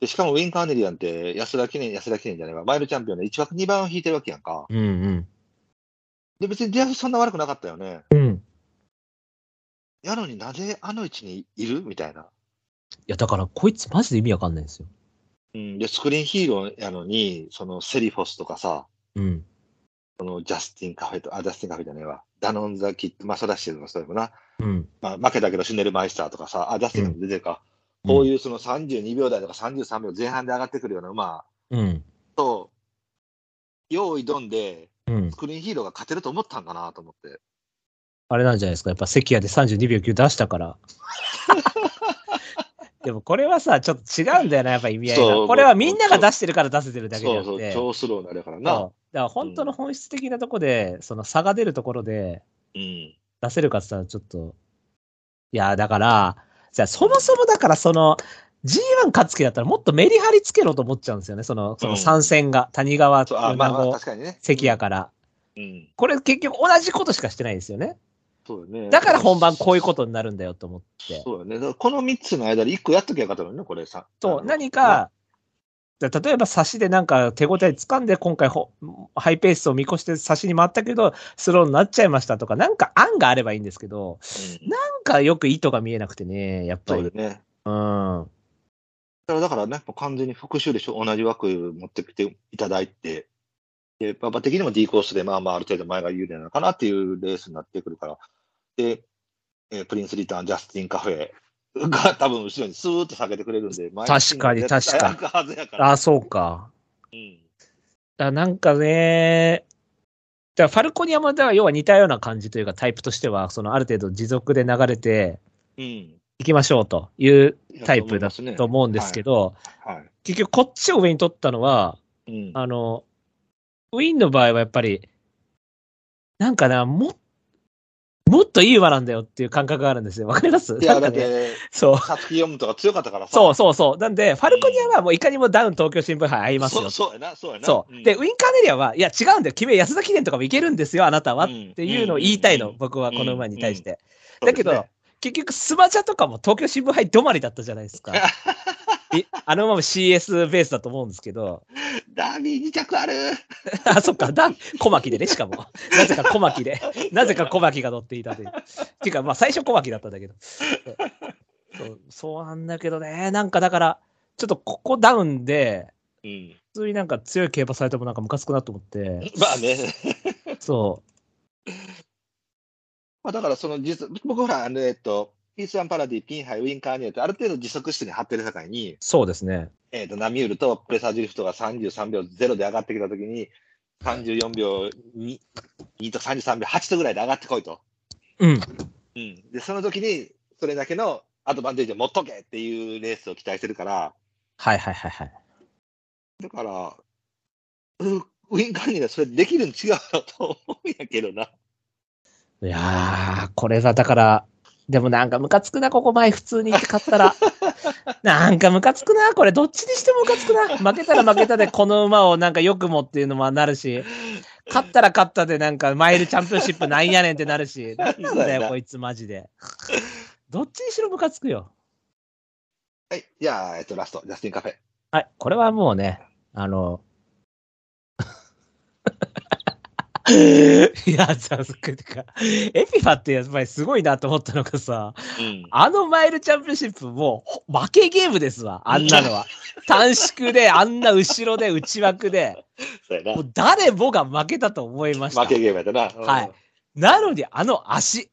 Speaker 2: で、しかもウィン・カーネリアンって安田記念、安田記念じゃないわ、マイルチャンピオンで1枠2番を引いてるわけやんか。
Speaker 1: うんうん。
Speaker 2: で、別に出足そんな悪くなかったよね。
Speaker 1: うん。
Speaker 2: やのになぜあの位置にいるみたいな。
Speaker 1: いや、だから、こいつマジで意味わかんないんですよ。
Speaker 2: うん。で、スクリーンヒーローやのに、そのセリフォスとかさ、
Speaker 1: うん。
Speaker 2: そのジャスティンカフェと、あ、ジャスティンカフェじゃないわ。ダノン・ザ・キッド、まあ、ソダシエルもそうやもんな。
Speaker 1: うん。
Speaker 2: まあ、負けたけどシュネルマイスターとかさ、あ、ジャスティンが出てるか、
Speaker 1: うん
Speaker 2: こういうその32秒台とか33秒前半で上がってくるような馬
Speaker 1: うん。
Speaker 2: と、用意どんで、
Speaker 1: うん
Speaker 2: ス。クリーンヒーローが勝てると思ったんかなと思って。
Speaker 1: あれなんじゃないですか。やっぱ関谷で32秒9出した から。でもこれはさ、ちょっと違うんだよな、やっぱ意味合い
Speaker 2: そう
Speaker 1: が。これはみんなが出してるから出せてるだけであっ
Speaker 2: そうそう、
Speaker 1: て。
Speaker 2: 超スローになるから
Speaker 1: そう
Speaker 2: な。
Speaker 1: だから本当の本質的なとこで、その差が出るところで
Speaker 2: うん。
Speaker 1: 出せるかって言ったらちょっと。いや、だから、じゃあそもそもだからその、G1 勝つ気だったらもっとメリハリつけろと思っちゃうんですよね。その、その参戦が、谷川、
Speaker 2: そうあまあ
Speaker 1: 米
Speaker 2: まあ、
Speaker 1: 子
Speaker 2: 確かにね。
Speaker 1: 関谷から。
Speaker 2: うん。
Speaker 1: これ結局同じことしかしてないですよね。
Speaker 2: そうだね。
Speaker 1: だから本番こういうことになるんだよと思って。
Speaker 2: そうだね。だからこの3つの間で1個やっときゃよかったのにね、これさ。
Speaker 1: と
Speaker 2: あの
Speaker 1: 何。か、だ例えば差しでなんか手応え掴んで今回ほハイペースを見越して差しに回ったけどスローになっちゃいましたとかなんか案があればいいんですけど
Speaker 2: うん
Speaker 1: なんかよく意図が見えなくてねやっぱ
Speaker 2: そ
Speaker 1: り
Speaker 2: うだ
Speaker 1: う,、
Speaker 2: ね。
Speaker 1: ん
Speaker 2: だから、だからね、もう完全に復習でしょ。同じ枠持ってきていただいて。で、パパ的にも D コースで、まあまあ、ある程度前が有利なのかなっていうレースになってくるから。で、えープリンス・リターン、ジャスティン・カフェが 多分後ろにスーッと下げてくれるんで、前のシーンが絶対
Speaker 1: 確かに
Speaker 2: 開くはずやから。
Speaker 1: あそうか
Speaker 2: うん
Speaker 1: だなんかねだからファルコニアもだから要は似たような感じというかタイプとしてはそのある程度持続で流れて
Speaker 2: うん。
Speaker 1: いきましょうというタイプだ
Speaker 2: いや
Speaker 1: と思うんですけ。ど、
Speaker 2: はいはい。
Speaker 1: 結局こっちを上に取ったのは
Speaker 2: うん。
Speaker 1: あの、ウィンの場合はやっぱり、なんかな、も、もっといい馬なんだよっていう感覚があるんですよ。わかります
Speaker 2: い
Speaker 1: な
Speaker 2: や、
Speaker 1: んか
Speaker 2: だ
Speaker 1: ね
Speaker 2: って、
Speaker 1: そう。
Speaker 2: サツキ読むとか強かったからさ。
Speaker 1: そうそうそう。なんで、ファルコニアはもういかにもダウン東京新聞杯合いますよ。
Speaker 2: そうそうやな、そうやな。
Speaker 1: そう。で、ウィン・カーネリアは、いや、違うんだよ。君は安田記念とかもいけるんですよ、あなたは。っ
Speaker 2: って
Speaker 1: いうのを言いたいの。僕はこの馬に対して。だけど、結局、スマチャとかも東京新聞杯止まりだったじゃないで すか。いあの馬も CS ベースだと思うんですけど。
Speaker 2: ダービー2着ある。
Speaker 1: あ、そっか、だ、小牧でね、しかも。なぜか小牧で。なぜか小牧が乗っていたという。っていうか、まあ、最初小牧だったんだけど。そう、そうなんだけどね。なんかだから、ちょっとここダウンで、
Speaker 2: うん。
Speaker 1: 普通になんか強い競馬されてもなんかムカつくなと思って、
Speaker 2: まあね。
Speaker 1: そ
Speaker 2: まあだから、その実、僕ほら、あの、えっと、ピースワンパラディ、ピンハイ、ウィンカーニューって、ある程度時速室に張ってる境に
Speaker 1: う、、そうですね。
Speaker 2: えっと、ナミュールとプレサージリフトが33秒0で上がってきたときに、34秒 2, 2と33秒8とぐらいで上がってこいと。
Speaker 1: うん。
Speaker 2: うん。で、その時に、それだけのアドバンテージを持っとけっていうレースを期待してるから、
Speaker 1: はいはいはいはい。
Speaker 2: だから、うウィンカーニューはそれできるに違うのと思うんやけどな。
Speaker 1: いやー、これがだから、でもなんかムカつくな、ここ前普通に買った ら。なんかムカつくな、これどっちにしてもムカつくな。負けたら負けたでこの馬をなんかよくもっていうのもなるし、勝ったら勝ったでなんかマイルチャンピオンシップなんやねんってなるし、なんなんだよこいつマジで。どっちにしろムカつくよ。
Speaker 2: はい。じゃあ、えっと、ラスト、ジャスティンカフェ。
Speaker 1: はい、これはもうね、あ の、いや、さ、すってか、エピファってやっぱりすごいなと思ったのがさ、
Speaker 2: うん。
Speaker 1: あのマイルチャンピオンシップもうほ負けゲームですわ、あんなのは。短縮で、あんな後ろで、内枠で、
Speaker 2: そうや
Speaker 1: もう誰もが負けたと思いまし
Speaker 2: な。
Speaker 1: た
Speaker 2: 負。けゲームやったな。うん
Speaker 1: はい。なのに、あの足、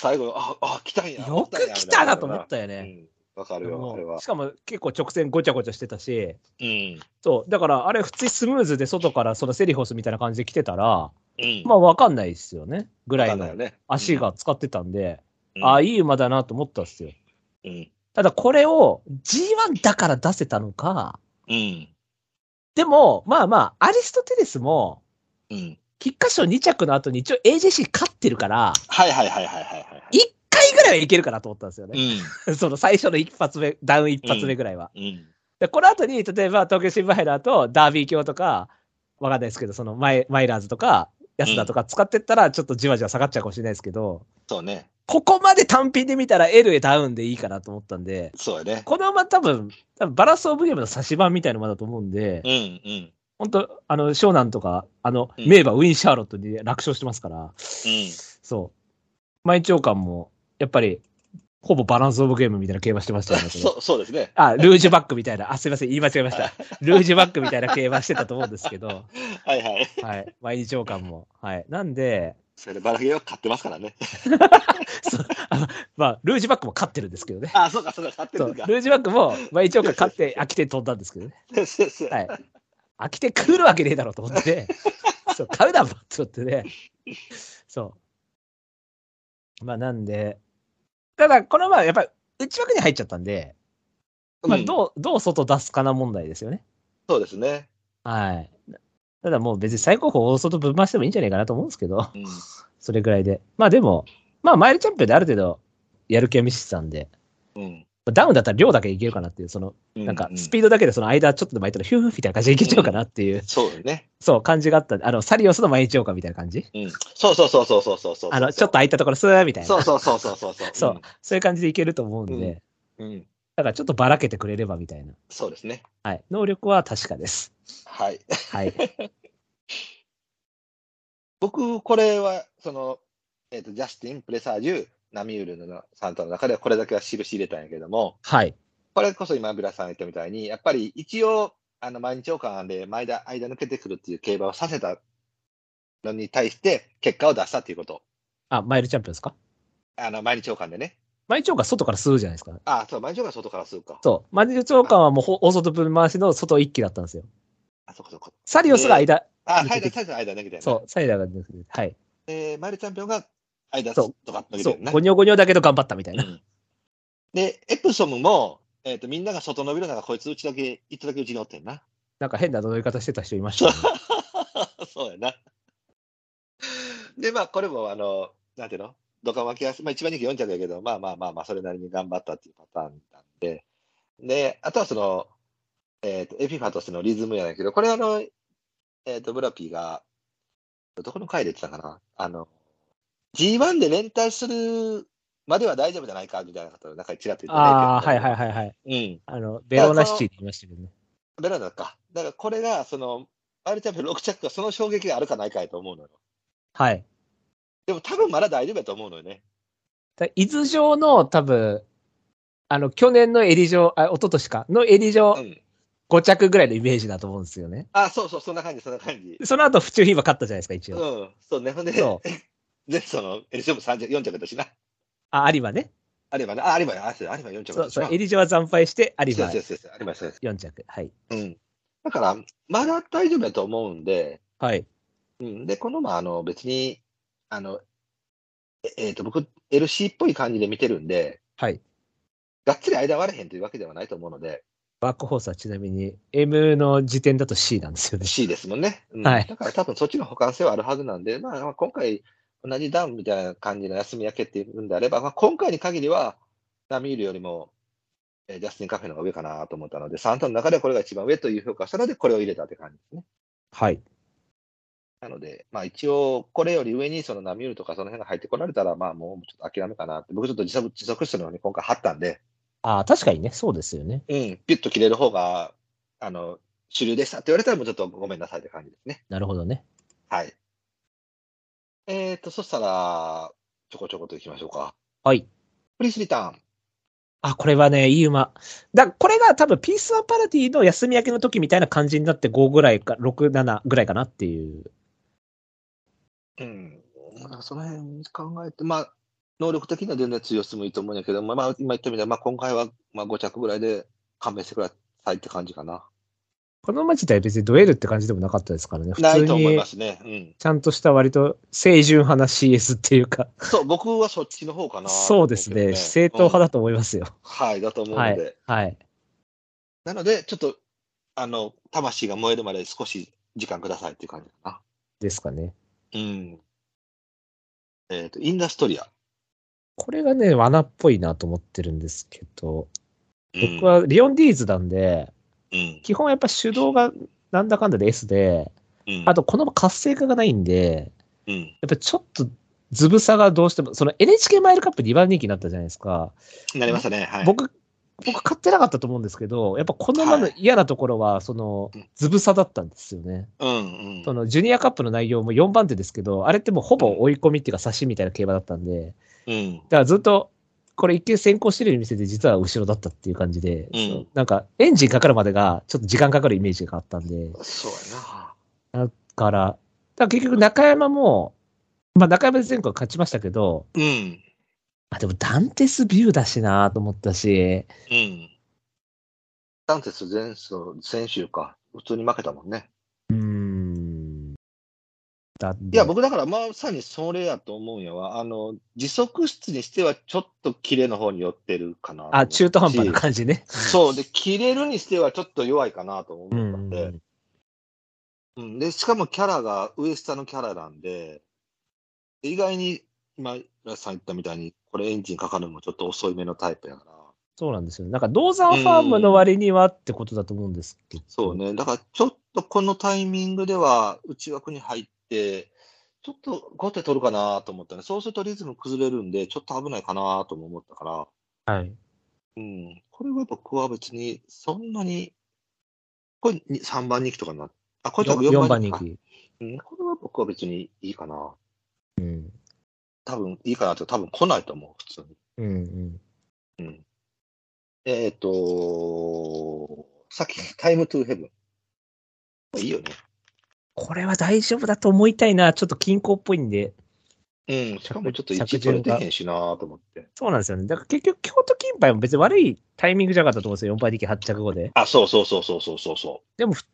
Speaker 2: 最後、あ、あ、来たんや。
Speaker 1: よく来たなと思ったよ
Speaker 2: う
Speaker 1: ね。
Speaker 2: ん。わかるよ、あれ
Speaker 1: も
Speaker 2: は
Speaker 1: うし。かも結構直線ごちゃごちゃしてたし、
Speaker 2: うん。
Speaker 1: そう、だからあれ普通にスムーズで外からそのセリフォスみたいな感じで来てたら、
Speaker 2: うん。
Speaker 1: まあわかんないですよね、ぐらい
Speaker 2: わか
Speaker 1: の
Speaker 2: んないよね
Speaker 1: 足。が使ってたんで、
Speaker 2: うん
Speaker 1: ああ、いい馬だなと思ったっすよ。
Speaker 2: うん。
Speaker 1: ただこれを G1 だから出せたのか、
Speaker 2: うん。
Speaker 1: でも、まあまあ、アリストテレスも、
Speaker 2: うん。
Speaker 1: 菊花賞2着の後に一応 AJC 勝ってるから、
Speaker 2: はいはいはいはいはいはい
Speaker 1: 1回ぐらいはいけるかなと思ったんですよね。
Speaker 2: はい。
Speaker 1: その最初の一発目、ダウン一発目ぐらいは。
Speaker 2: うん。うん。
Speaker 1: で、この後に、例えば東京新聞杯の後、ダービー卿とか、わかんないですけど、そのマイマイラーズとか、安田とか使ってったら、ちょっとじわじわ下がっちゃうかもしれないですけど、
Speaker 2: そうね。
Speaker 1: ここまで単品で見たら L へダウンでいいかなと思ったんで、
Speaker 2: そうやね。
Speaker 1: この馬多分、多分バランスオブゲームの差し版みたいな馬だと思うんで、
Speaker 2: うん。うん。
Speaker 1: 本当あの、湘南とか、あの、
Speaker 2: うん
Speaker 1: 名馬ウィン・シャーロットに楽勝してますから、
Speaker 2: うん。
Speaker 1: そう。毎朝感も、やっぱり、ほぼバランスオブゲームみたいな競馬してましたよね。これ
Speaker 2: そう、そうですね。
Speaker 1: あ、ルージュバックみたいな。あ、すいません、言い間違えま した。ルージュバックみたいな競馬してたと思うんですけど、
Speaker 2: はいはい。
Speaker 1: はい。毎日朝感も。はい。なんで、
Speaker 2: それでバラゲーは勝ってますからね。
Speaker 1: そうあのまあ、ルージュバックも勝ってるんですけどね。
Speaker 2: あ、そうか、そうか、勝って
Speaker 1: そ
Speaker 2: る
Speaker 1: う。
Speaker 2: ん
Speaker 1: ル
Speaker 2: だ。
Speaker 1: ージュバックも毎日朝感勝って、飽きて飛んだんですけどね。
Speaker 2: そうそうそ う
Speaker 1: はい。飽きて来るわけねえだろうと思って、そう、買うな、バットってね。そう。まあ、なんで、ただ、このままやっぱり内枠に入っちゃったんで、まあ、
Speaker 2: うん
Speaker 1: どう、どう外出すかな問題ですよね。
Speaker 2: そうですね。
Speaker 1: はい。ただもう別に最高峰大外ぶん回してもいいんじゃないかなと思うんですけど、
Speaker 2: うん。
Speaker 1: それぐらいで。まあでも、まあマイルチャンピオンである程度やる気は見せてたんで、
Speaker 2: うん。
Speaker 1: ダウンだったら量だけいけるかなっていう、その、なんかスピードだけでその間ちょっとでも空いたらヒューフみたいな感じでいけちゃうかなっていう、
Speaker 2: ーそうだね。
Speaker 1: そう感じがあったんで。あの、サリオスの毎日かみたいな感じ。
Speaker 2: うん。そうそうそうそうそうそうそう。
Speaker 1: あの、ちょっと空いたところスーみたいな。
Speaker 2: そうそうそうそうそうそう。
Speaker 1: そうそういう感じでいけると思うんで、
Speaker 2: うんうん。うん。
Speaker 1: だからちょっとばらけてくれればみたいな。
Speaker 2: そうですね。
Speaker 1: はい。能力は確かです。
Speaker 2: はい。
Speaker 1: はい。
Speaker 2: 僕、これは、その、えっ、と、ジャスティン、プレサージュ、ナミュールのサンタの中ではこれだけは印入れたんやけども、
Speaker 1: はい。
Speaker 2: これこそ今、ブラさんが言ったみたいに、やっぱり一応、あの、毎日王冠で前だ、間抜けてくるっていう競馬をさせたのに対して、結果を出したっていうこと。
Speaker 1: あ、マイルチャンピオンですか
Speaker 2: あの、毎日王冠でね。
Speaker 1: 毎日王冠外から吸うじゃないですか。
Speaker 2: あそう、毎日王冠外からするか。
Speaker 1: そう。マジ長官はもうほ大外分回しの外一機だったんですよ。
Speaker 2: あ、そうかそうか。
Speaker 1: サリオスが間、
Speaker 2: あ、
Speaker 1: 抜
Speaker 2: サ
Speaker 1: け
Speaker 2: イダ
Speaker 1: て
Speaker 2: ー、サイダーの間抜けたよね。
Speaker 1: そう、サイダーが出てくる。はい。
Speaker 2: えーマイルチャンピオンが間
Speaker 1: そう
Speaker 2: とか抜けて
Speaker 1: そ
Speaker 2: る
Speaker 1: う、
Speaker 2: な
Speaker 1: ゴ。ニョゴニョだけど頑張ったみたいな。
Speaker 2: うんで、エプソムも、えっ、と、みんなが外伸びる中、こいつうちだけ、一つだけうちにおってんな。
Speaker 1: なんか変な踊り方してた人いま した、ね。
Speaker 2: そうやな。で、まあ、これも、あの、なんていうのドカ負けは、まあ、一番人気4着やけど、まあまあまあまあ、それなりに頑張ったっていうパターンなんで。で、あとはその、えっ、と、エピファとしてのリズムやねんけど、これあの、えっ、と、ブラピーが、どこの回で言ってたかなあの、G1 で連帯するまでは大丈夫じゃないか、みたいなことを、なんかちらっと言ってね
Speaker 1: ああ、はいはいはいはい。
Speaker 2: うん。
Speaker 1: あの、ベローナシティにいましたけどね。
Speaker 2: ベランダか。だからこれが、その、ある程度6着がその衝撃があるかないかやと思うのよ。
Speaker 1: はい。
Speaker 2: でも多分まだ大丈夫やと思うのよね。
Speaker 1: だ伊豆城の多分、あの、去年のエリ城、あ、一昨年か、のエリ
Speaker 2: う
Speaker 1: 城
Speaker 2: ん。
Speaker 1: 5着ぐらいのイメージだと思うんですよね。
Speaker 2: あ、そうそう、そんな感じ、そんな感じ。
Speaker 1: その後、府中フィーバー勝ったじゃないですか、一
Speaker 2: う
Speaker 1: 応。
Speaker 2: ん。そうね。ほんで、
Speaker 1: そう。
Speaker 2: で、その、エリショム3着、4着だしな。
Speaker 1: あ、有馬ね。
Speaker 2: あればね、あ、あればあ、そうやあれば4着
Speaker 1: そ
Speaker 2: だ
Speaker 1: う
Speaker 2: し
Speaker 1: そ
Speaker 2: な。
Speaker 1: う、エリ城は惨敗して、有
Speaker 2: そう
Speaker 1: 馬
Speaker 2: そうそうそう、あればそうです。
Speaker 1: 4着。はい。
Speaker 2: うん。だから、まだ大丈夫やと思うんで、
Speaker 1: はい。
Speaker 2: うん。で、この、まあ、あの、別に、あの、ええーと、僕、LC っぽい感じで見てるんで、
Speaker 1: はい。
Speaker 2: がっつり間割れへんというわけではないと思うので、
Speaker 1: バックホースはちなみに、M の時点だと C なんですよね。
Speaker 2: C ですもんね。うん
Speaker 1: はい
Speaker 2: だから多分そっちの補完性はあるはずなんで、まあ、まあ今回、同じダウンみたいな感じの休み明けっていうんであれば、まあ、今回に限りは、ナミールよりも、えージャスティン・カフェの方が上かなと思ったので、3ターンの中ではこれが一番上という評価をしたので、これを入れたって感じですね。
Speaker 1: はい。
Speaker 2: なので、まあ、一応、これより上にそのナミールとかその辺が入ってこられたら、まあ、もうちょっと諦めかなって、僕ちょっと自足自足してるのに今回張ったんで、
Speaker 1: ああ、確かにね、そうですよね。
Speaker 2: うん、ピュッと切れる方が、あの、主流でしたって言われたら、もうちょっとごめんなさいって感じですね。
Speaker 1: なるほどね。
Speaker 2: はい。えっ、と、そしたら、ちょこちょこといきましょうか。
Speaker 1: はい。
Speaker 2: プリースリターン。
Speaker 1: あ、これはね、いい馬。だこれが多分、ピースワンパラティの休み明けの時みたいな感じになって5ぐらいか、6、7ぐらいかなっていう。
Speaker 2: うん。まあ、その辺考えて、まあ、能力的には全然強すもいいと思うんやけど、まあ、今言ったみたいに、まあ、今回は、まあ、5着ぐらいで勘弁してくださいって感じかな。
Speaker 1: この馬自体別にドエルって感じでもなかったですからね。普
Speaker 2: ない
Speaker 1: 通
Speaker 2: と思いま
Speaker 1: に、
Speaker 2: すね。うん。
Speaker 1: ちゃんとした割と清純派な CS っていうか、
Speaker 2: そう、僕はそっちの方かな、
Speaker 1: そうですね、正統派
Speaker 2: だ、
Speaker 1: だと思いますよ。
Speaker 2: うんはい、だと思うので。
Speaker 1: はい。はい。
Speaker 2: なので、ちょっと、あの、魂が燃えるまで少し時間くださいっていう感じかな。
Speaker 1: ですかね。
Speaker 2: うん。えっ、と、インダストリア。
Speaker 1: これがね、罠っぽいなと思ってるんですけど、
Speaker 2: うん
Speaker 1: 僕はリオンディーズなんで、
Speaker 2: うん
Speaker 1: 基本やっぱ手動がなんだかんだで S で、
Speaker 2: うん
Speaker 1: あとこの馬活性化がないんで、
Speaker 2: うん。
Speaker 1: やっぱちょっとずぶさがどうしても、その NHK マイルカップ2番人気になったじゃないですか。
Speaker 2: なりましたね。はい。
Speaker 1: 僕、僕買ってなかったと思うんですけど、やっぱこの馬の
Speaker 2: は
Speaker 1: 嫌なところは、その
Speaker 2: うん、
Speaker 1: ずぶさだったんですよね。
Speaker 2: うんう
Speaker 1: そ
Speaker 2: ん。
Speaker 1: の、ジュニアカップの内容も4番手ですけど、あれってもうほぼ追い込みっていうか差しみたいな競馬だったんで、
Speaker 2: うん。
Speaker 1: だからずっと、これ一見先行してるように見せて、実は後ろだったっていう感じで、
Speaker 2: うん
Speaker 1: そのなんか、エンジンかかるまでが、ちょっと時間かかるイメージがあったんで、
Speaker 2: そうやな。
Speaker 1: から、だから結局中山も、まあ中山で前回勝ちましたけど、
Speaker 2: うん。
Speaker 1: あ、でもダンテスビューだしなと思ったし、
Speaker 2: うん。ダンテス前走、先週か。普通に負けたもんね。
Speaker 1: うーん。たん
Speaker 2: い
Speaker 1: で。
Speaker 2: や、僕だからまさにそれやと思うんやわ。あの、時速室にしてはちょっとキレの方に寄ってるかな。
Speaker 1: あ、中途半端な
Speaker 2: し
Speaker 1: 感じね。
Speaker 2: そう。で、切れるにしてはちょっと弱いかなと思
Speaker 1: う
Speaker 2: ったん
Speaker 1: ん。
Speaker 2: で。うん、で、しかもキャラが上下のキャラなんで、で意外に今、ラスさん言ったみたいに、これエンジンかかるのもちょっと遅いめのタイプやから。
Speaker 1: そうなんですよ。なんか、銅山ファームの割にはってことだと思うんですけど。
Speaker 2: そう。ね。だからちょっとこのタイミングでは内枠に入って、ちょっと後手取るかなと思ったね。そうするとリズム崩れるんで、ちょっと危ないかなとも思ったから。
Speaker 1: はい。
Speaker 2: うん。これは僕は別にそんなに、これに3番人気とかになあ、これ多分
Speaker 1: 4番人
Speaker 2: か
Speaker 1: 気。
Speaker 2: うん、これは僕は別にいいかな。
Speaker 1: うん。
Speaker 2: 多分いいかなと多分来ないと思う、普通に。
Speaker 1: うんうん。
Speaker 2: えっ、と、さっきタイムトゥーヘブン。いいよね。
Speaker 1: これは大丈夫だと思いたいな。ちょっと均衡っぽいんで。
Speaker 2: うん、しかもちょっと
Speaker 1: 着
Speaker 2: 1取れてへんしなと思って。
Speaker 1: そうなんですよね。だから結局、京都金杯も別に悪いタイミングじゃなかったと思うんですよ。4番人気8着後で。
Speaker 2: あ、そうそうそうそうそうそうそ
Speaker 1: でも、ふ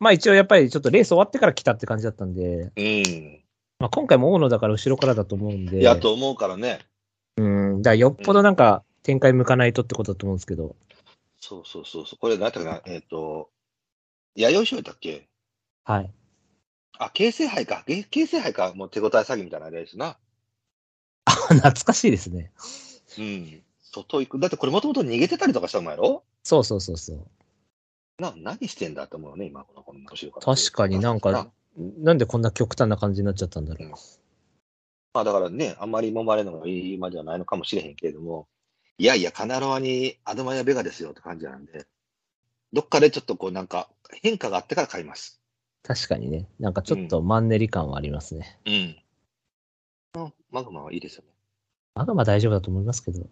Speaker 1: まあ一応やっぱりちょっとレース終わってから来たって感じだったんで、
Speaker 2: う。うん。
Speaker 1: まあ今回も大野だから後ろからだと思うんで、
Speaker 2: いや、と思うからね。
Speaker 1: うん、だからよっぽどなんか展開向かないとってことだと思うんですけど、
Speaker 2: そうそうそうそう。これ、なんだっけな、えっ、と、弥生賞だっけ
Speaker 1: はい。
Speaker 2: あ、京成杯か。げ京成杯か。もう手応え詐欺みたいなレースな。
Speaker 1: 懐かしいですね。
Speaker 2: うん。外行く。だってこれもともと逃げてたりとかしたもんやろ
Speaker 1: そうそうそうそう。
Speaker 2: な、何してんだと思うね、今、このこの後ろから。
Speaker 1: 確かになんか、なんでこんな極端な感じになっちゃったんだろう。
Speaker 2: まあだからね、あんまり揉まれるのがいい馬じゃないのかもしれへんけれども、いやいや、カナロアにアドマイアベガですよって感じなんで、どっかでちょっとこうなんか変化があってから買います。
Speaker 1: 確かにね。なんかちょっとマンネリ感はありますね。
Speaker 2: うん。あマグマはいいですよね。
Speaker 1: まだまあ大丈夫だと思いますけど。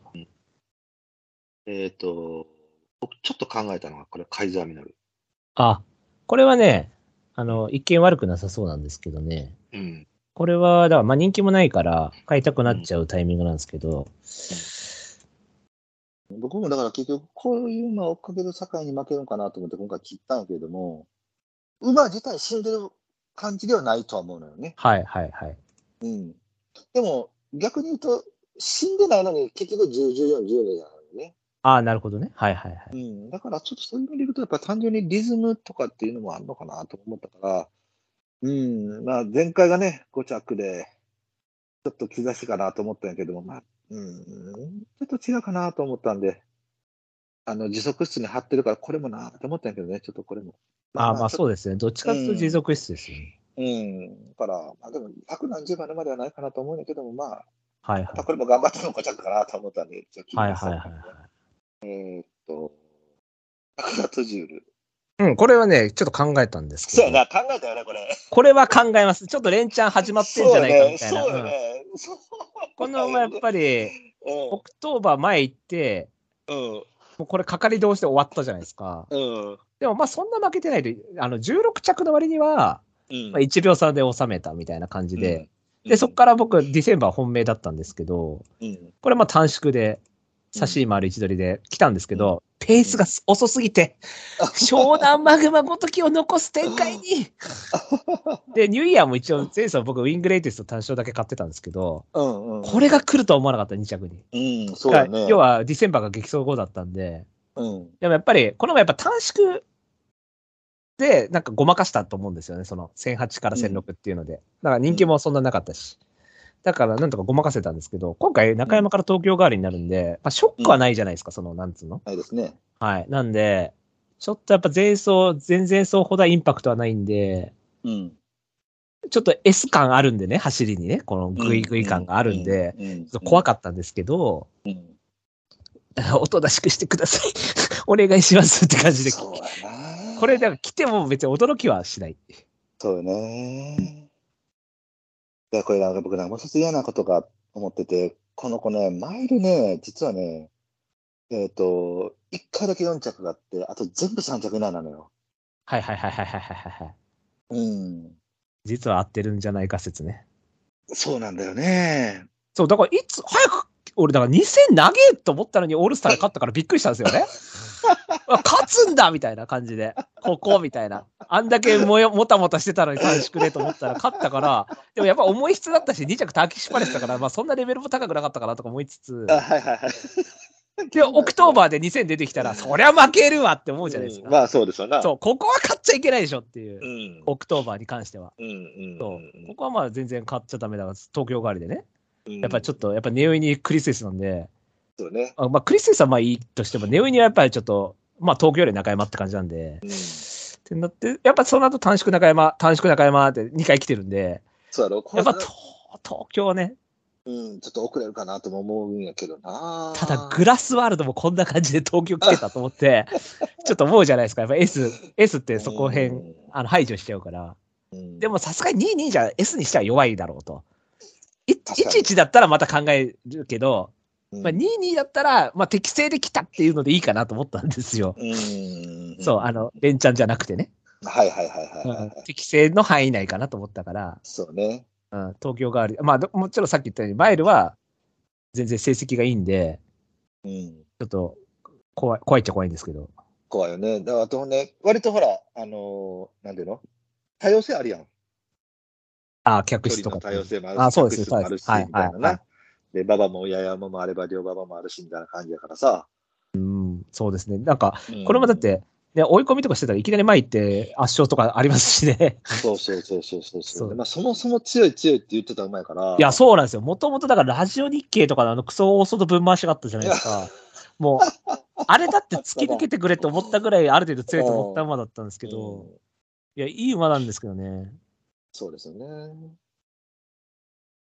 Speaker 2: えっ、と、僕ちょっと考えたのが、これ、カイザーミナル。
Speaker 1: あ、これはね、あの、一見悪くなさそうなんですけどね。
Speaker 2: うん。
Speaker 1: これは、だから、まあ人気もないから、買いたくなっちゃうタイミングなんですけど、
Speaker 2: 僕もだから結局、こういう馬を追っかける境に負けるのかなと思って今回切ったんやけれども、馬自体死んでる感じではないとは思うのよね。
Speaker 1: はいはいはい。
Speaker 2: うん。でも、逆に言うと、死んでないのに、結局10、14、12なのよね。
Speaker 1: ああ、なるほどね。はいはいはい。
Speaker 2: うん。だから、ちょっとそういう意味で言うと、やっぱ単純にリズムとかっていうのもあるのかなと思ったから、うん。まあ、前回がね、5着で、ちょっと兆しかなと思ったんやけども、まあ、うん。ちょっと違うかなと思ったんで、あの、時速室に貼ってるから、これもなと思ったんやけどね、ちょっとこれも。
Speaker 1: ああ、まあ
Speaker 2: う。
Speaker 1: そうですね。どっちかというと持続室ですよね。
Speaker 2: うん。だから、まあでも、100何十番まではないかなと思うんやけども、まあ、
Speaker 1: はいは
Speaker 2: まあ
Speaker 1: い。
Speaker 2: これも頑張ったのかちゃうかなと思ったんで、ちょっと聞いて
Speaker 1: はい
Speaker 2: くださ
Speaker 1: はい
Speaker 2: い。
Speaker 1: はいはい。
Speaker 2: と、アクアトジュール。
Speaker 1: うん、これはね、ちょっと考えたんですけ
Speaker 2: そう
Speaker 1: ど。
Speaker 2: やな、考えたよね、これ。
Speaker 1: これは考えます。ちょっと連チャン始まってんじゃないかみたいな。
Speaker 2: そうよ
Speaker 1: うん
Speaker 2: ね、そうよね。
Speaker 1: このままやっぱり、オ
Speaker 2: そ
Speaker 1: クトーバー前行って、
Speaker 2: う
Speaker 1: もうこれ、かかり同士で終わったじゃないですか。
Speaker 2: うん、うん、
Speaker 1: でも、まあ、そんな負けてないで、あの、16着の割には、
Speaker 2: うん。
Speaker 1: まあ、1秒差で収めたみたいな感じで、
Speaker 2: うん、
Speaker 1: で、そこから僕、ディセンバー本命だったんですけど、
Speaker 2: うん、
Speaker 1: これまあ短縮で、差し回る位置取りで来たんですけど、ペースがす遅すぎて、湘南マグマごときを残す展開 に。で、ニューイヤーも一応、前走僕、ウィングレイテスト単勝だけ買ってたんですけど、
Speaker 2: うん、うん。
Speaker 1: これが来るとは思わなかった、2着に。
Speaker 2: うん、そうだね。
Speaker 1: 要は、ディセンバーが激走後だったんで、
Speaker 2: うん、
Speaker 1: でもやっぱり、この前やっぱ短縮で、なんかごまかしたと思うんですよね、その1008から1006っていうので。だから人気もそんななかったし。だから、なんとかごまかせたんですけど、今回、中山から東京代わりになるんで、まあ、ショックはないじゃないですか、その、なんつうの。
Speaker 2: ないですね。
Speaker 1: はい。なんで、ちょっとやっぱ前走、前々走ほどはインパクトはないんで、
Speaker 2: うん。
Speaker 1: ちょっと S 感あるんでね、走りにね、このグイグイ感があるんで、
Speaker 2: うん、うん
Speaker 1: ちょっと怖
Speaker 2: く
Speaker 1: かったんですけど、
Speaker 2: うん。
Speaker 1: おとなしくしてください。 お願いしますって感じで、
Speaker 2: そうやな。
Speaker 1: これ、だから来ても別に驚きはしない。
Speaker 2: そうよね。だからこれなんか僕なんかもう一つ嫌なことが思ってて、この子ね、マイルね、実はね、えっ、と、1回だけ4着があって、あと全部3着以内なのよ。
Speaker 1: はいはいはいはいはいはいはい。
Speaker 2: うん。
Speaker 1: 実は合ってるんじゃないか説ね。
Speaker 2: そうなんだよね。
Speaker 1: そう、だからいつ、早く、俺だから2000投げと思ったのにオールスターで勝ったからびっくりしたんですよね。あ勝つんだみたいな感じで、ここみたいな。あんだけもよもたもたしてたのに三宿でと思ったら勝ったから、でもやっぱ重い質だったし、2着ターキッシュパレスだから、まあそんなレベルも高くなかったかなとか思いつつ、
Speaker 2: あはいはいはい。
Speaker 1: で、オクトーバーで2000出てきたら、そりゃ負けるわって思うじゃないです
Speaker 2: う
Speaker 1: か。
Speaker 2: んまあそうですよな。
Speaker 1: そう、ここは勝っちゃいけないでしょっていう
Speaker 2: う、ん。
Speaker 1: オクトーバーに関しては。
Speaker 2: うんうん
Speaker 1: そう
Speaker 2: うん
Speaker 1: ここはまあ全然勝っちゃダメだから、東京代わりでね。
Speaker 2: うん
Speaker 1: やっぱちょっと、やっぱネオイにクリスエスなんで、
Speaker 2: そうね。
Speaker 1: あまあクリスエスはまあいいとしても、ネオイにはやっぱりちょっと、まあ東京より中山って感じなんで、
Speaker 2: うん
Speaker 1: ってなって、やっぱその後短縮中山、短縮中山って2回来てるんで、
Speaker 2: そうだろ、こ
Speaker 1: や
Speaker 2: れ
Speaker 1: っぱと東京ね、
Speaker 2: うん、ちょっと遅れるかなとも思うんやけどな。
Speaker 1: ただグラスワールドもこんな感じで東京来てたと思って、ちょっと思うじゃないですか。やっぱ S、S ってそこへ
Speaker 2: うん
Speaker 1: ん、あの排除しちゃうから。
Speaker 2: うん
Speaker 1: でもさすがに2 2じゃ S にしては弱いだろうと。い
Speaker 2: 確かに
Speaker 1: 11だったらまた考えるけど、
Speaker 2: うん
Speaker 1: まあ、22だったら、まあ、適正で来たっていうのでいいかなと思ったんですよ。
Speaker 2: うん。
Speaker 1: そう、あの、連チャンじゃなくてね。
Speaker 2: はいはいはいはいはいはい。
Speaker 1: 適正の範囲内かなと思ったから、
Speaker 2: そうね。
Speaker 1: うん、東京代わり、まあ、どもちろんさっき言ったように、マイルは全然成績がいいんで、
Speaker 2: うん。
Speaker 1: ちょっと怖い怖いっちゃ怖いんですけど、
Speaker 2: 怖いよね。だからあとね、割とほら、あのー、なんていうの多様性あるやん。
Speaker 1: ああ、客
Speaker 2: 距
Speaker 1: 室
Speaker 2: 離
Speaker 1: とか
Speaker 2: の
Speaker 1: って
Speaker 2: 多様性もあるし、
Speaker 1: あそうです
Speaker 2: 客室もあるし、
Speaker 1: そうです
Speaker 2: みたいな
Speaker 1: はいはいは
Speaker 2: な。で、ババも親山もあれば、両ババもあるし、みたいな感じだからさ。
Speaker 1: そうですね。なんか、
Speaker 2: うん
Speaker 1: これもだっ、て、ね、追い込みとかしてたらいきなり前行って圧勝とかありますし ね。
Speaker 2: そうそうそうそうそうそ
Speaker 1: そ
Speaker 2: う
Speaker 1: う
Speaker 2: まあ、そもそも強い強いって言ってたうまいから。
Speaker 1: いや、そうなんですよ。もともとだからラジオ日経とかのあのクソ大外分回しがあったじゃないですか。もう、あれだって突き抜けてくれって思ったぐらいある程度強いと思った馬だったんですけ
Speaker 2: う
Speaker 1: ど
Speaker 2: ん、
Speaker 1: いや、いい馬なんですけどね。
Speaker 2: そうですよね。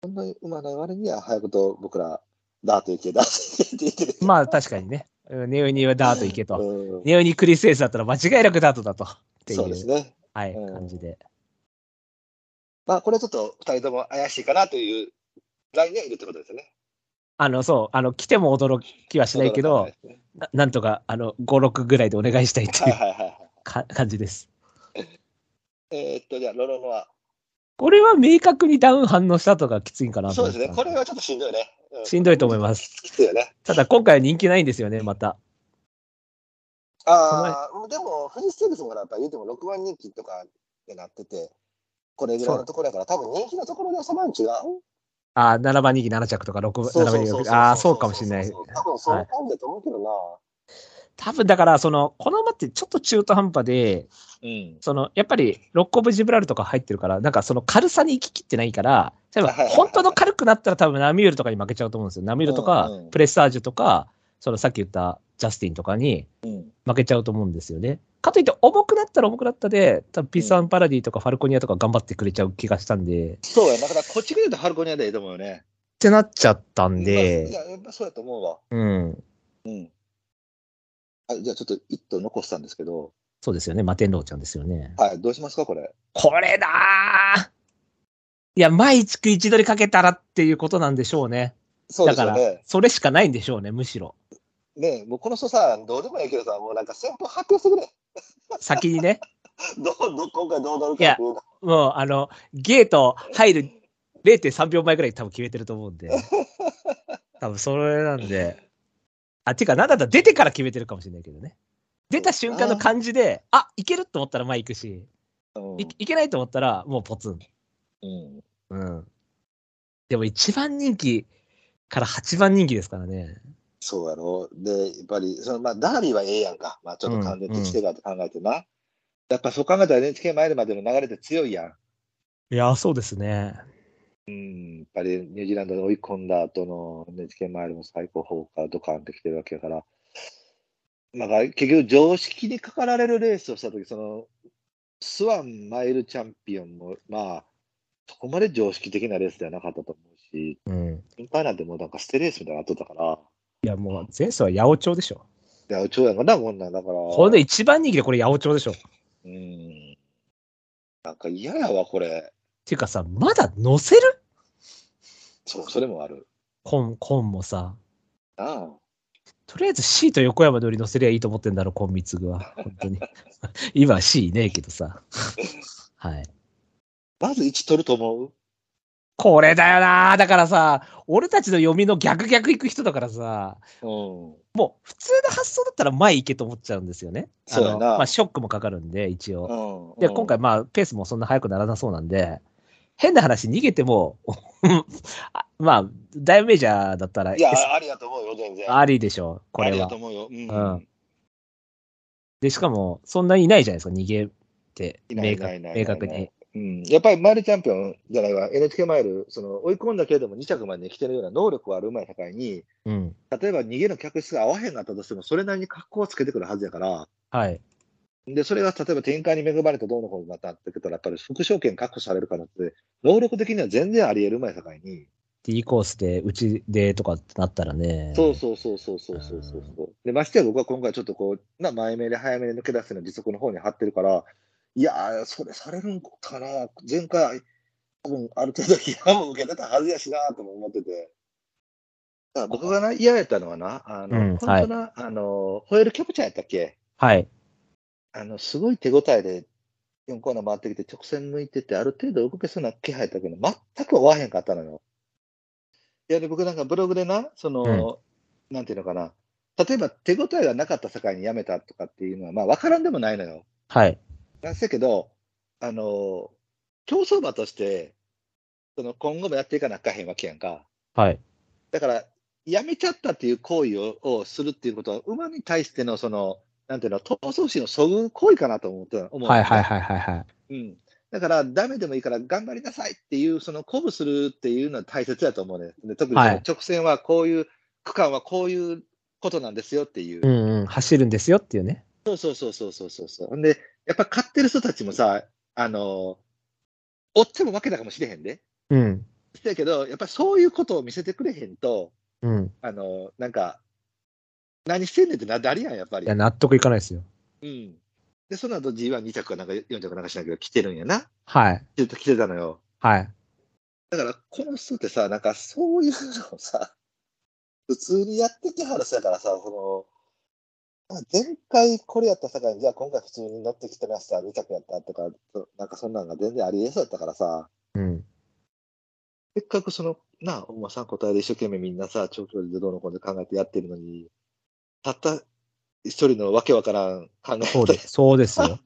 Speaker 2: そんなに馬ない割には、早くと僕ら、ダート行け、ダート行けって言って
Speaker 1: まあ確かにね、うんネオイニはダート行け
Speaker 2: る。
Speaker 1: と。
Speaker 2: うん
Speaker 1: ネオイニクリスエースだったら間違いなくダートだと。ってい
Speaker 2: そうです
Speaker 1: う、
Speaker 2: ね。
Speaker 1: はい、
Speaker 2: うん
Speaker 1: 感じで。
Speaker 2: まあ、これちょっと二人とも怪しいかなというラインにはいるってことですよね。
Speaker 1: あの、そう、あの、来ても驚きはしないけ
Speaker 2: 驚
Speaker 1: ど
Speaker 2: かで、すね
Speaker 1: ななんとか、あの、5、6ぐらいでお願いしたいって
Speaker 2: はいいうはいはいはい。
Speaker 1: か感じです。
Speaker 2: えーっと、じゃあ、ロロノは。
Speaker 1: これは明確にダウン反応したとかきついんかなと
Speaker 2: そう
Speaker 1: 思っ
Speaker 2: です
Speaker 1: た
Speaker 2: ね。これはちょっとしんどいね。う
Speaker 1: しんどいと思います。
Speaker 2: きついよね。
Speaker 1: ただ今回は人気ないんですよね、また。
Speaker 2: ああ、でも、フリーステークスもやっぱり言うても6番人気とかってなってて、これぐらいのところだから、多分人気のところでサマンチが、
Speaker 1: あー7番人気7着とか6
Speaker 2: そう
Speaker 1: 番、7
Speaker 2: そ
Speaker 1: 番人
Speaker 2: うそうそ
Speaker 1: 気。
Speaker 2: う
Speaker 1: ああ、そうかもしれない
Speaker 2: そ。うそうそう多分そういう感じだと思うけどな。
Speaker 1: 多分だから、その、この馬ってちょっと中途半端で、
Speaker 2: うん。
Speaker 1: その、やっぱり、ロックオブジブラルとか入ってるから、なんかその軽さに行ききってないから、例えば
Speaker 2: はいはいはい
Speaker 1: 本当の軽くなったら多分ナミュールとかに負けちゃうと思うんですよ。ナミュールとか
Speaker 2: うんうん、
Speaker 1: プレッサージュとか、そのさっき言ったジャスティンとかに
Speaker 2: うん。
Speaker 1: 負けちゃうと思うんですよね。かといって重くなったら重くなったで、多分ピースアンパラディとかファルコニアとか頑張ってくれちゃう気がしたんで、っ
Speaker 2: そうや、だからこっち来るとハルコニアでいいと思うよね。
Speaker 1: てなっちゃったん
Speaker 2: い
Speaker 1: で、
Speaker 2: や、やっぱそうやと思うわ。
Speaker 1: うん。
Speaker 2: うん。あじゃあちょっと一頭残したんですけど、
Speaker 1: そうですよね、摩天楼ちゃんですよね。
Speaker 2: はい、どうしますか、これ。
Speaker 1: これだーいや、毎月一取りかけたらっていうことなんでしょうね。
Speaker 2: そうで
Speaker 1: だ
Speaker 2: す
Speaker 1: か
Speaker 2: よ
Speaker 1: ら
Speaker 2: ね、。
Speaker 1: それしかないんでしょうね、むしろ。
Speaker 2: ねえもうこの人さ、どうでもいいけどさ、もうなんか先方発表してくれ。
Speaker 1: 先にね、
Speaker 2: どう、どう、今回どうなるかっていうの。
Speaker 1: もう、あの、ゲート入る0.3秒前ぐらいに多分決めてると思うんで。多分それなんで。あ、てか、なんだったら出てから決めてるかもしれないけどね。出た瞬間の感じで、あ、いけると思ったら前行くし、
Speaker 2: うん
Speaker 1: いいけないと思ったらもうポツン。
Speaker 2: うん
Speaker 1: うん。でも一番人気から八番人気ですからね。
Speaker 2: そうやろで、やっぱり、そのまあ、ダービーはええやんか。まあ、ちょっと関連的してからって考えてな。やっぱそう考えたら NHK マイルまでの流れって強いやん。
Speaker 1: いや、そうですね。
Speaker 2: うん、やっぱりニュージーランドで追い込んだ後の NHK マイルも最高峰からドカンってきてるわけやから、まあ、結局常識にかかられるレースをしたとき、そのスワンマイルチャンピオンも、まあ、そこまで常識的なレースではなかったと思うし、
Speaker 1: うん。
Speaker 2: 心配なんてもうなんか捨てレースみたいな後だから、
Speaker 1: いや、もう前走は八百長でしょ。
Speaker 2: いや、超やんかな、こんなんだから。
Speaker 1: これで一番人気でこれ八百長でしょ。っ
Speaker 2: うん。なんか嫌やわ、これ。
Speaker 1: ていうかさ、まだ乗せる
Speaker 2: そう、それもある。
Speaker 1: コン、コンもさ。
Speaker 2: あ
Speaker 1: とりあえず C と横山通り乗せりゃいいと思ってんだろ、コンビツグは。本当に。 今は C いねえけどさ。はい。
Speaker 2: まず1取ると思う
Speaker 1: これだよなだからさ、俺たちの読みの逆逆行く人だからさ、
Speaker 2: うん。
Speaker 1: もう普通の発想だったら前行けと思っちゃうんですよね。あの
Speaker 2: そうやな
Speaker 1: まあショックもかかるんで、一応。
Speaker 2: うん。
Speaker 1: で、今回まあペースもそんな速くならなそうなんで、変な話逃げても、 あまあ、ダイメージャーだったら、
Speaker 2: いや、あありだと思うよ、全然。
Speaker 1: ありでしょう、こ
Speaker 2: あ
Speaker 1: れ
Speaker 2: りだ
Speaker 1: は
Speaker 2: と。思うよ。うん。
Speaker 1: うんで、しかも、そんなにいないじゃないですか、逃げって、
Speaker 2: いな
Speaker 1: 明
Speaker 2: いいな
Speaker 1: 確
Speaker 2: いいない
Speaker 1: 明確
Speaker 2: いないい
Speaker 1: に。
Speaker 2: うん、やっぱりマイルチャンピオンじゃないわ、NHK マイル、その追い込んだけれども2着までに来てるような能力はある馬やさかいに、
Speaker 1: うん。
Speaker 2: 例えば逃げの客室が合わへんかったとしても、それなりに格好をつけてくるはずやから、
Speaker 1: はい。
Speaker 2: で、それが例えば展開に恵まれてどうのこうのなったってことは、やっぱり副賞券確保されるからって、能力的には全然あり得る馬やさかいに、
Speaker 1: D コースで、うちでとかってなったらね。
Speaker 2: そうそうそうそうそうそうそうそう。で、ましてや僕は今回ちょっとこう、な前目で早めに抜け出すの時速の方に張ってるから、いやー、それされるんかな、前回、多分ある程度批判も受けてたはずやしなとも思ってて。だから僕がな嫌やったのはな、あの、
Speaker 1: うん
Speaker 2: 本当な、あの、ホエールキャプチャーやったっけ
Speaker 1: はい。
Speaker 2: あの、すごい手応えで4コーナー回ってきて直線向いてて、ある程度動けそうな気配やったけど、全く追わへんかったのよ。いや、で、僕なんかブログでな、その、なんていうのかな、例えば手応えがなかった境に辞めたとかっていうのは、まあ、わからんでもないのよ。
Speaker 1: はい。
Speaker 2: なんせけど、あの、競走馬として、その今後もやっていかなあかへんわけやんか。
Speaker 1: はい。
Speaker 2: だから、やめちゃったっていう行為ををするっていうことは、馬に対しての、その、なんていうの、闘争心をそぐ行為かなと思って思うのね。
Speaker 1: はいはいはいはいはい。
Speaker 2: うん。だから、ダメでもいいから頑張りなさいっていう、その鼓舞するっていうのは大切だと思うね。で特にその
Speaker 1: はい
Speaker 2: 直線はこういう、区間はこういうことなんですよっていう。
Speaker 1: うんうん。走るんですよっていうね。
Speaker 2: そうそうそうそうそうそう。ほんで、やっぱ勝ってる人たちもさ、あの、追っても負けたかもしれへんで。
Speaker 1: うん。
Speaker 2: だけど、やっぱそういうことを見せてくれへんと、
Speaker 1: うん。
Speaker 2: あの、なんか、何してんねんってな、だりやん、やっぱ
Speaker 1: い
Speaker 2: り
Speaker 1: や、。納得いかないですよ。
Speaker 2: うん。で、その後 G12 着かなんか4着かなんかしないけど、来てるんやな。
Speaker 1: はい。
Speaker 2: ずっと来てたのよ。
Speaker 1: はい。
Speaker 2: だから、この人ってさ、なんかそういうのをさ、普通にやってきはる人だからさ、その、あ前回これやった境に、じゃあ今回普通に乗ってきてました、2着やったとか、そなんかそんなんが全然ありえそうだったからさ、
Speaker 1: うん。
Speaker 2: せっかくその、なあ、お馬さん答えで一生懸命みんなさ、長距離でどうのこうの考えてやってるのに、たった一人のわけわからん考
Speaker 1: そう
Speaker 2: え
Speaker 1: で。
Speaker 2: です
Speaker 1: そうですよ。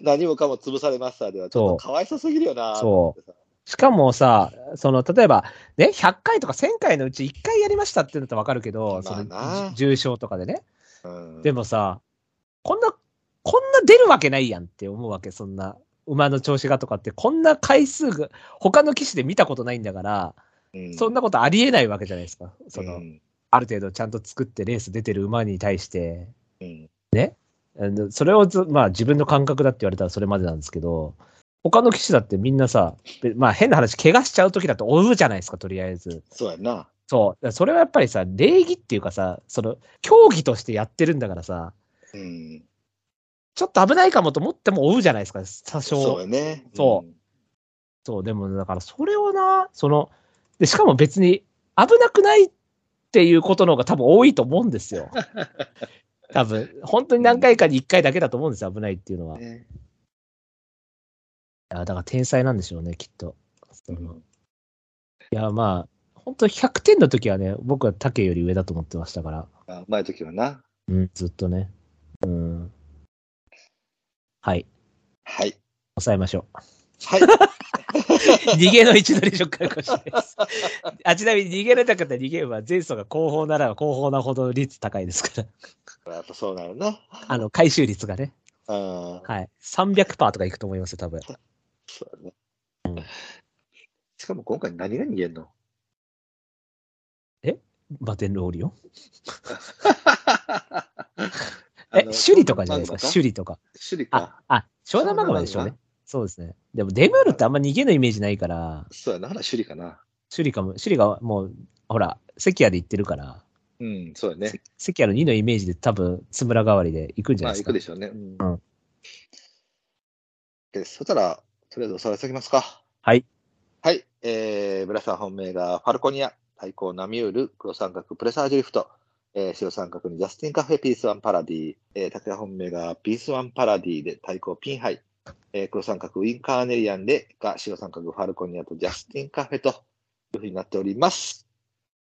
Speaker 2: 何もかも潰されましたでは、ちょっとかわいそうすぎるよな、。
Speaker 1: そうしかもさ、その、例えば、ね、100回とか1000回のうち1回やりましたってなったらわかるけど、そ
Speaker 2: まあ
Speaker 1: の
Speaker 2: な
Speaker 1: じ重症とかでね。
Speaker 2: うん、
Speaker 1: でもさ、こんな、こんな出るわけないやんって思うわけ、そんな。馬の調子がとかって、こんな回数が、他の騎士で見たことないんだから、
Speaker 2: うん、
Speaker 1: そんなことありえないわけじゃないですか。その、
Speaker 2: うん
Speaker 1: ある程度ちゃんと作ってレース出てる馬に対して、
Speaker 2: うん
Speaker 1: あのそれをず、まあ自分の感覚だって言われたらそれまでなんですけど、他の騎士だってみんなさ、べまあ変な話、怪我しちゃう時だと追うじゃないですか、とりあえず。
Speaker 2: そうやんな。
Speaker 1: そう。だからそれはやっぱりさ、礼儀っていうかさ、その、競技としてやってるんだからさ、
Speaker 2: うん、
Speaker 1: ちょっと危ないかもと思っても追うじゃないですか、多少。
Speaker 2: そうやね。
Speaker 1: そう
Speaker 2: うん。
Speaker 1: そう、でもねだからそれをな、その、で、しかも別に危なくないっていうことの方が多分多いと思うんです よ。多分、本当に何回かに1回だけだと思うんですよ、危ないっていうのは。い
Speaker 2: ね
Speaker 1: やだから天才なんでしょうね、きっと。その
Speaker 2: うん
Speaker 1: いや、まあ、本当100点の時はね、僕は竹より上だと思ってましたから、
Speaker 2: あうまい時はな。
Speaker 1: うん、ずっとね。うん。はい、
Speaker 2: はい。
Speaker 1: 抑えましょう。
Speaker 2: はい。
Speaker 1: 逃げの一乗りショックかもしれないです。あちなみに逃げれなかった逃げ馬、前走が後方なら後方なほど率高いですから、
Speaker 2: やっぱそうなるな。
Speaker 1: あの、回収率がね、
Speaker 2: ああ、
Speaker 1: はい、300%とかいくと思いますよ、多分。
Speaker 2: そうやね。しかも今回何が逃げんの
Speaker 1: バテンローリオン。
Speaker 2: あの
Speaker 1: え、シュリとかじゃないですか、シュリとか。
Speaker 2: 首里
Speaker 1: あ
Speaker 2: か。、
Speaker 1: あ、湘南マグマでしょうね。そうですね。でも、デムールってあんま逃げのイメージないから、
Speaker 2: そうやな。首里かな。
Speaker 1: シュリかも、シュリがもう、ほら、関谷で行ってるから、
Speaker 2: うん、そうやね。
Speaker 1: 関谷の2のイメージで多分、津村代わりで行くんじゃな
Speaker 2: まあ、
Speaker 1: いで
Speaker 2: 行
Speaker 1: すか。
Speaker 2: くでしょうね。うん
Speaker 1: うん
Speaker 2: で、そしたら、とりあえずおさらいしておきますか。
Speaker 1: はい。
Speaker 2: はい。えー、村さん本命がファルコニア、対抗ナミュール、黒三角、プレサージュリフト、えー、白三角にジャスティンカフェ、ピースワンパラディ、えー、竹谷本命がピースワンパラディで対抗ピンハイ、えー黒三角ウィンカーネリアンでが白三角ファルコニアとジャスティンカフェというふうになっております。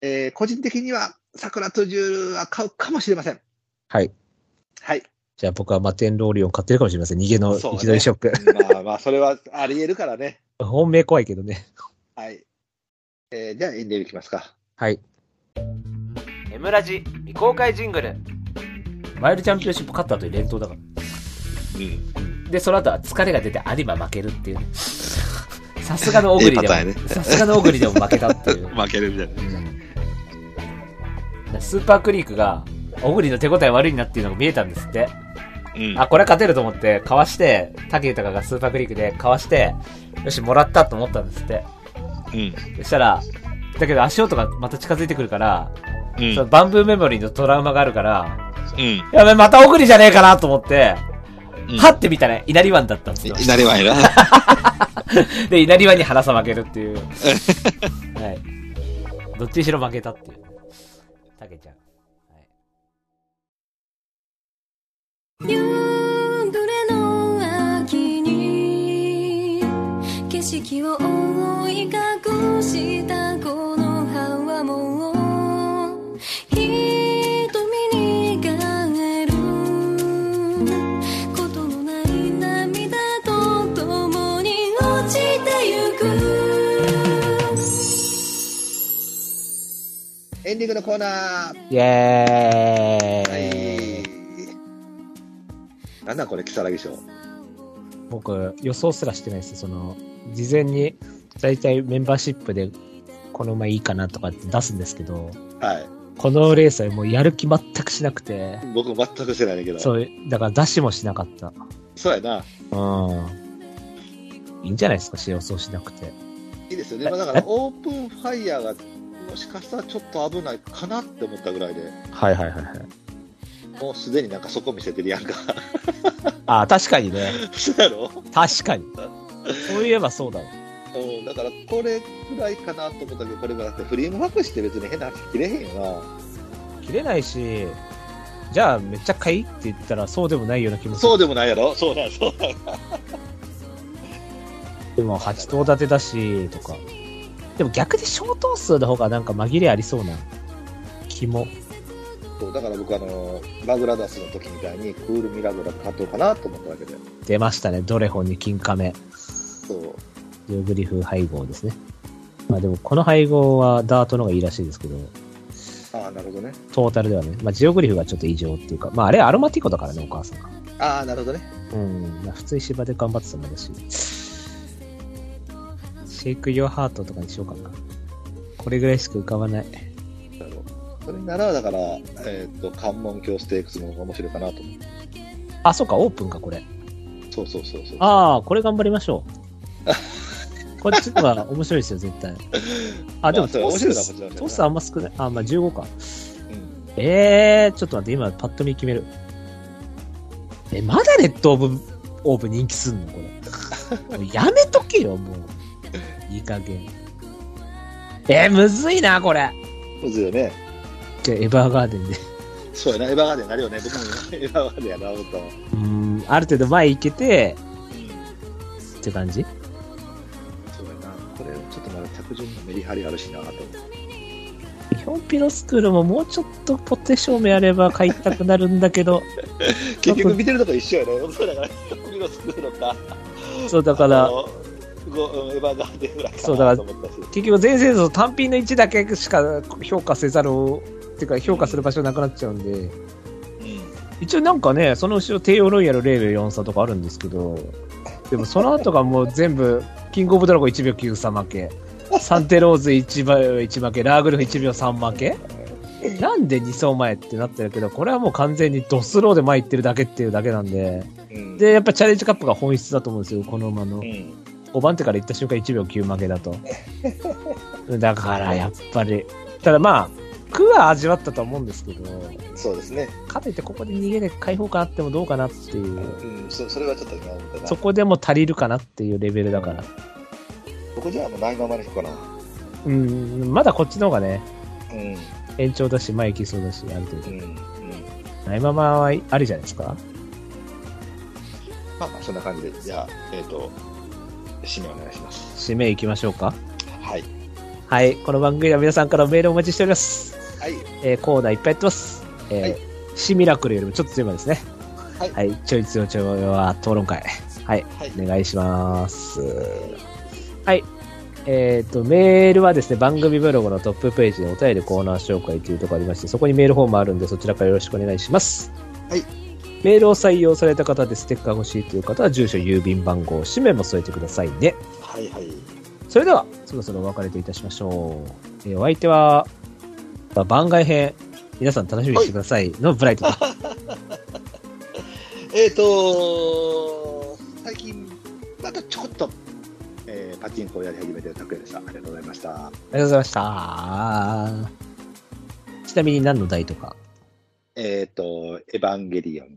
Speaker 2: えー個人的には桜とジュールは買うかもしれません。
Speaker 1: はい。
Speaker 2: はい。
Speaker 1: じゃあ僕はマテンローリオン買ってるかもしれません。逃げの
Speaker 2: そ
Speaker 1: 行
Speaker 2: うね
Speaker 1: き取りショック。
Speaker 2: まあまあ、それはあり得るからね。
Speaker 1: 本命怖いけどね。
Speaker 2: はい。えーじゃあエンディングいきますか。
Speaker 1: はい。
Speaker 3: エムラジ未公開ジングル
Speaker 1: マイルチャンピオンシップ勝った後に連投だから。
Speaker 2: うん。
Speaker 1: で、その後は疲れが出て有馬負けるっていうね。さすがのオグリでも
Speaker 2: ええパターンや、
Speaker 1: さすがのオグリでも負けたっていう。
Speaker 2: 負けるみたいな。
Speaker 1: うんスーパークリークが、オグリの手応え悪いなっていうのが見えたんですって。
Speaker 2: うん
Speaker 1: あ、これ勝てると思って、かわして、竹豊がスーパークリークでかわして、よし、もらったと思ったんですって。
Speaker 2: うん。
Speaker 1: そしたら、だけど足音がまた近づいてくるから、
Speaker 2: う
Speaker 1: そのバンブーメモリーのトラウマがあるから、
Speaker 2: うん。
Speaker 1: やべ、またオグリじゃねえかなと思って、
Speaker 2: うん
Speaker 1: はってみたら、稲荷湾だったんですよ。
Speaker 2: なりわいな。
Speaker 1: で、稲荷湾に花さ負けるっていう。はい。どっちにしろ負けたっていう。たけちゃん。はい
Speaker 4: 夕暮れの秋に景色を覆い隠したこの葉はもう瞳に変えることのない涙と共に落ちてゆく
Speaker 2: エンディングのコーナー。
Speaker 1: イエーイ、
Speaker 2: なんだこれ、キサラギ賞。
Speaker 1: 僕、予想すらしてないですその、事前に、だいたいメンバーシップで、この馬いいかなとかって出すんですけど、
Speaker 2: はい。
Speaker 1: このレースはもうやる気全くしなくて、
Speaker 2: 僕も全くしてないんだけど。そう
Speaker 1: そう、だから出しもしなかった。
Speaker 2: やな。
Speaker 1: うん。いいんじゃないですか、予想しなくて。
Speaker 2: いいですよね。まあだから、オープンファイヤーが、もしかしたらちょっと危ないかなって思ったぐらいで、
Speaker 1: はいはいはいはい。
Speaker 2: もうすでになんかそこ見せてるやんか。
Speaker 1: ああ、確かにね。
Speaker 2: そうやろ
Speaker 1: 確かに。そういえばそうだわ。
Speaker 2: うん。だから、これぐらいかなと思ったけど、これがだって、フリームワークして別に変な話切れへんよ
Speaker 1: 切れないし、じゃあめっちゃ買いって言ったらそうでもないような気も
Speaker 2: な。
Speaker 1: する。
Speaker 2: そうでもないやろそうだ、そうだ。
Speaker 1: でも8頭立てだし、とか。でも逆に小頭数の方がなんか紛れありそうな気も。
Speaker 2: そうだから僕、あの、バグラダスの時みたいに、クールミラグラ買っとうかなと思ったわけで。
Speaker 1: 出ましたね。ドレホンに金亀。
Speaker 2: そう。
Speaker 1: ジオグリフ配合ですね。まあでもこの配合はダートの方がいいらしいですけど、
Speaker 2: ああ、なるほどね。
Speaker 1: トータルではね。まあジオグリフがちょっと異常っていうか、まああれはアロマティコだからね、お母さんが。
Speaker 2: ああ、なるほどね。
Speaker 1: うん、まあ普通に芝で頑張ってたもんだし。シェイク・ヨー・ハートとかにしようかな。これぐらいしか浮かばない。
Speaker 2: それなら、だから、えっ、と、関門橋ステークスの方が面白いかなと思う。
Speaker 1: あ、そうか、オープンか、これ。
Speaker 2: そうそうそうそう。
Speaker 1: ああ、これ頑張りましょう。こっちが面白いですよ、 絶対。あ、でも、
Speaker 2: まあそれ
Speaker 1: ト
Speaker 2: 面白いな
Speaker 1: ス
Speaker 2: こっちの方がね
Speaker 1: トスあんま少ない。あ、まあ15か。
Speaker 2: うん
Speaker 1: えー、ちょっと待って、今、パッと見決める。え、まだレッドオーブ、オーブ人気すんのこれ。もうやめとけよ、もう。いい加減。えー、むずいな、これ。
Speaker 2: むずいよね。
Speaker 1: じゃあエヴァーガーデンで。
Speaker 2: そうやな、エヴァガーデンになるよね。僕も今 エヴァガーデンやな、思ったわ
Speaker 1: うーん、ある程度前行けて、って感じ
Speaker 2: そうやな。これ、ちょっとまだ着順のメリハリあるしな、と思う。
Speaker 1: 日本ピロスクールももうちょっとポテ照明あれば買いたくなるんだけど、
Speaker 2: 結局見てるとこ一緒やね。そうだから、ミロスクールか。
Speaker 1: そうだ
Speaker 2: だ
Speaker 1: から、
Speaker 2: エヴァガーデンぐらい
Speaker 1: そ
Speaker 2: か
Speaker 1: うだか
Speaker 2: な
Speaker 1: ら
Speaker 2: と思ったし。
Speaker 1: 結局前世の単品の位置だけしか評価せざるを、っていうか評価する場所なくなっちゃうんで、一応なんかね、その後ろ帝王ロイヤル0秒4差とかあるんですけど、でもその後がもう全部、キングオブドラゴン1秒9差負け、サンテローズ1秒1負け、ラーグルフ1秒3負けなんで2走前ってなってるけど、これはもう完全にドスローで前行ってるだけっていうだけなんで、
Speaker 2: うん。
Speaker 1: で、やっぱチャレンジカップが本質だと思うんですよ、この馬の
Speaker 2: う。ん。
Speaker 1: 5番手から行った瞬間1秒9負けだと。だからやっぱり、ただまあ、苦は味わったとは思うんですけど、
Speaker 2: そうですね。
Speaker 1: かといってここで逃げで解放感あってもどうかなっていう、
Speaker 2: うん。そそれはちょっと今思ったな。
Speaker 1: そこでも足りるかなっていうレベルだから。
Speaker 2: 僕じゃあもうないままにしようかな。
Speaker 1: うん、まだこっちの方がね、
Speaker 2: うん。
Speaker 1: 延長だし、前行きそうだし、ある程
Speaker 2: う
Speaker 1: 度。
Speaker 2: ん。うん。
Speaker 1: ないままはありじゃないですか
Speaker 2: まあまあ、そんな感じで、じゃあ、えっ、と、締めお願いします。
Speaker 1: 締めいきましょうか。
Speaker 2: はい。
Speaker 1: はい。この番組では皆さんからメールをお待ちしております。
Speaker 2: はい。
Speaker 1: えーコーナーいっぱいやってます。えー
Speaker 2: はい
Speaker 1: シミラクルよりもちょっと強いですね。
Speaker 2: はい
Speaker 1: はい。ちょい強いちょいは討論会。はい。
Speaker 2: はい。
Speaker 1: お願いします。はい。えっ、と、メールはですね、番組ブログのトップページでお便りコーナー紹介というところありまして、そこにメールフォームあるんで、そちらからよろしくお願いします。
Speaker 2: はい。
Speaker 1: メールを採用された方でステッカー欲しいという方は、住所、郵便番号、氏名も添えてくださいね。
Speaker 2: はいはい。
Speaker 1: それでは、そろそろお別れといたしましょう。えーお相手は、まあ番外編、皆さん楽しみにしてくださいのブライトと。
Speaker 2: えっ、と最近、またちょこっと、えーパチンコをやり始めてる拓也でした。ありがとうございました。
Speaker 1: ありがとうございました。ちなみに何の題とか。
Speaker 2: えっ、と、エヴァンゲリオン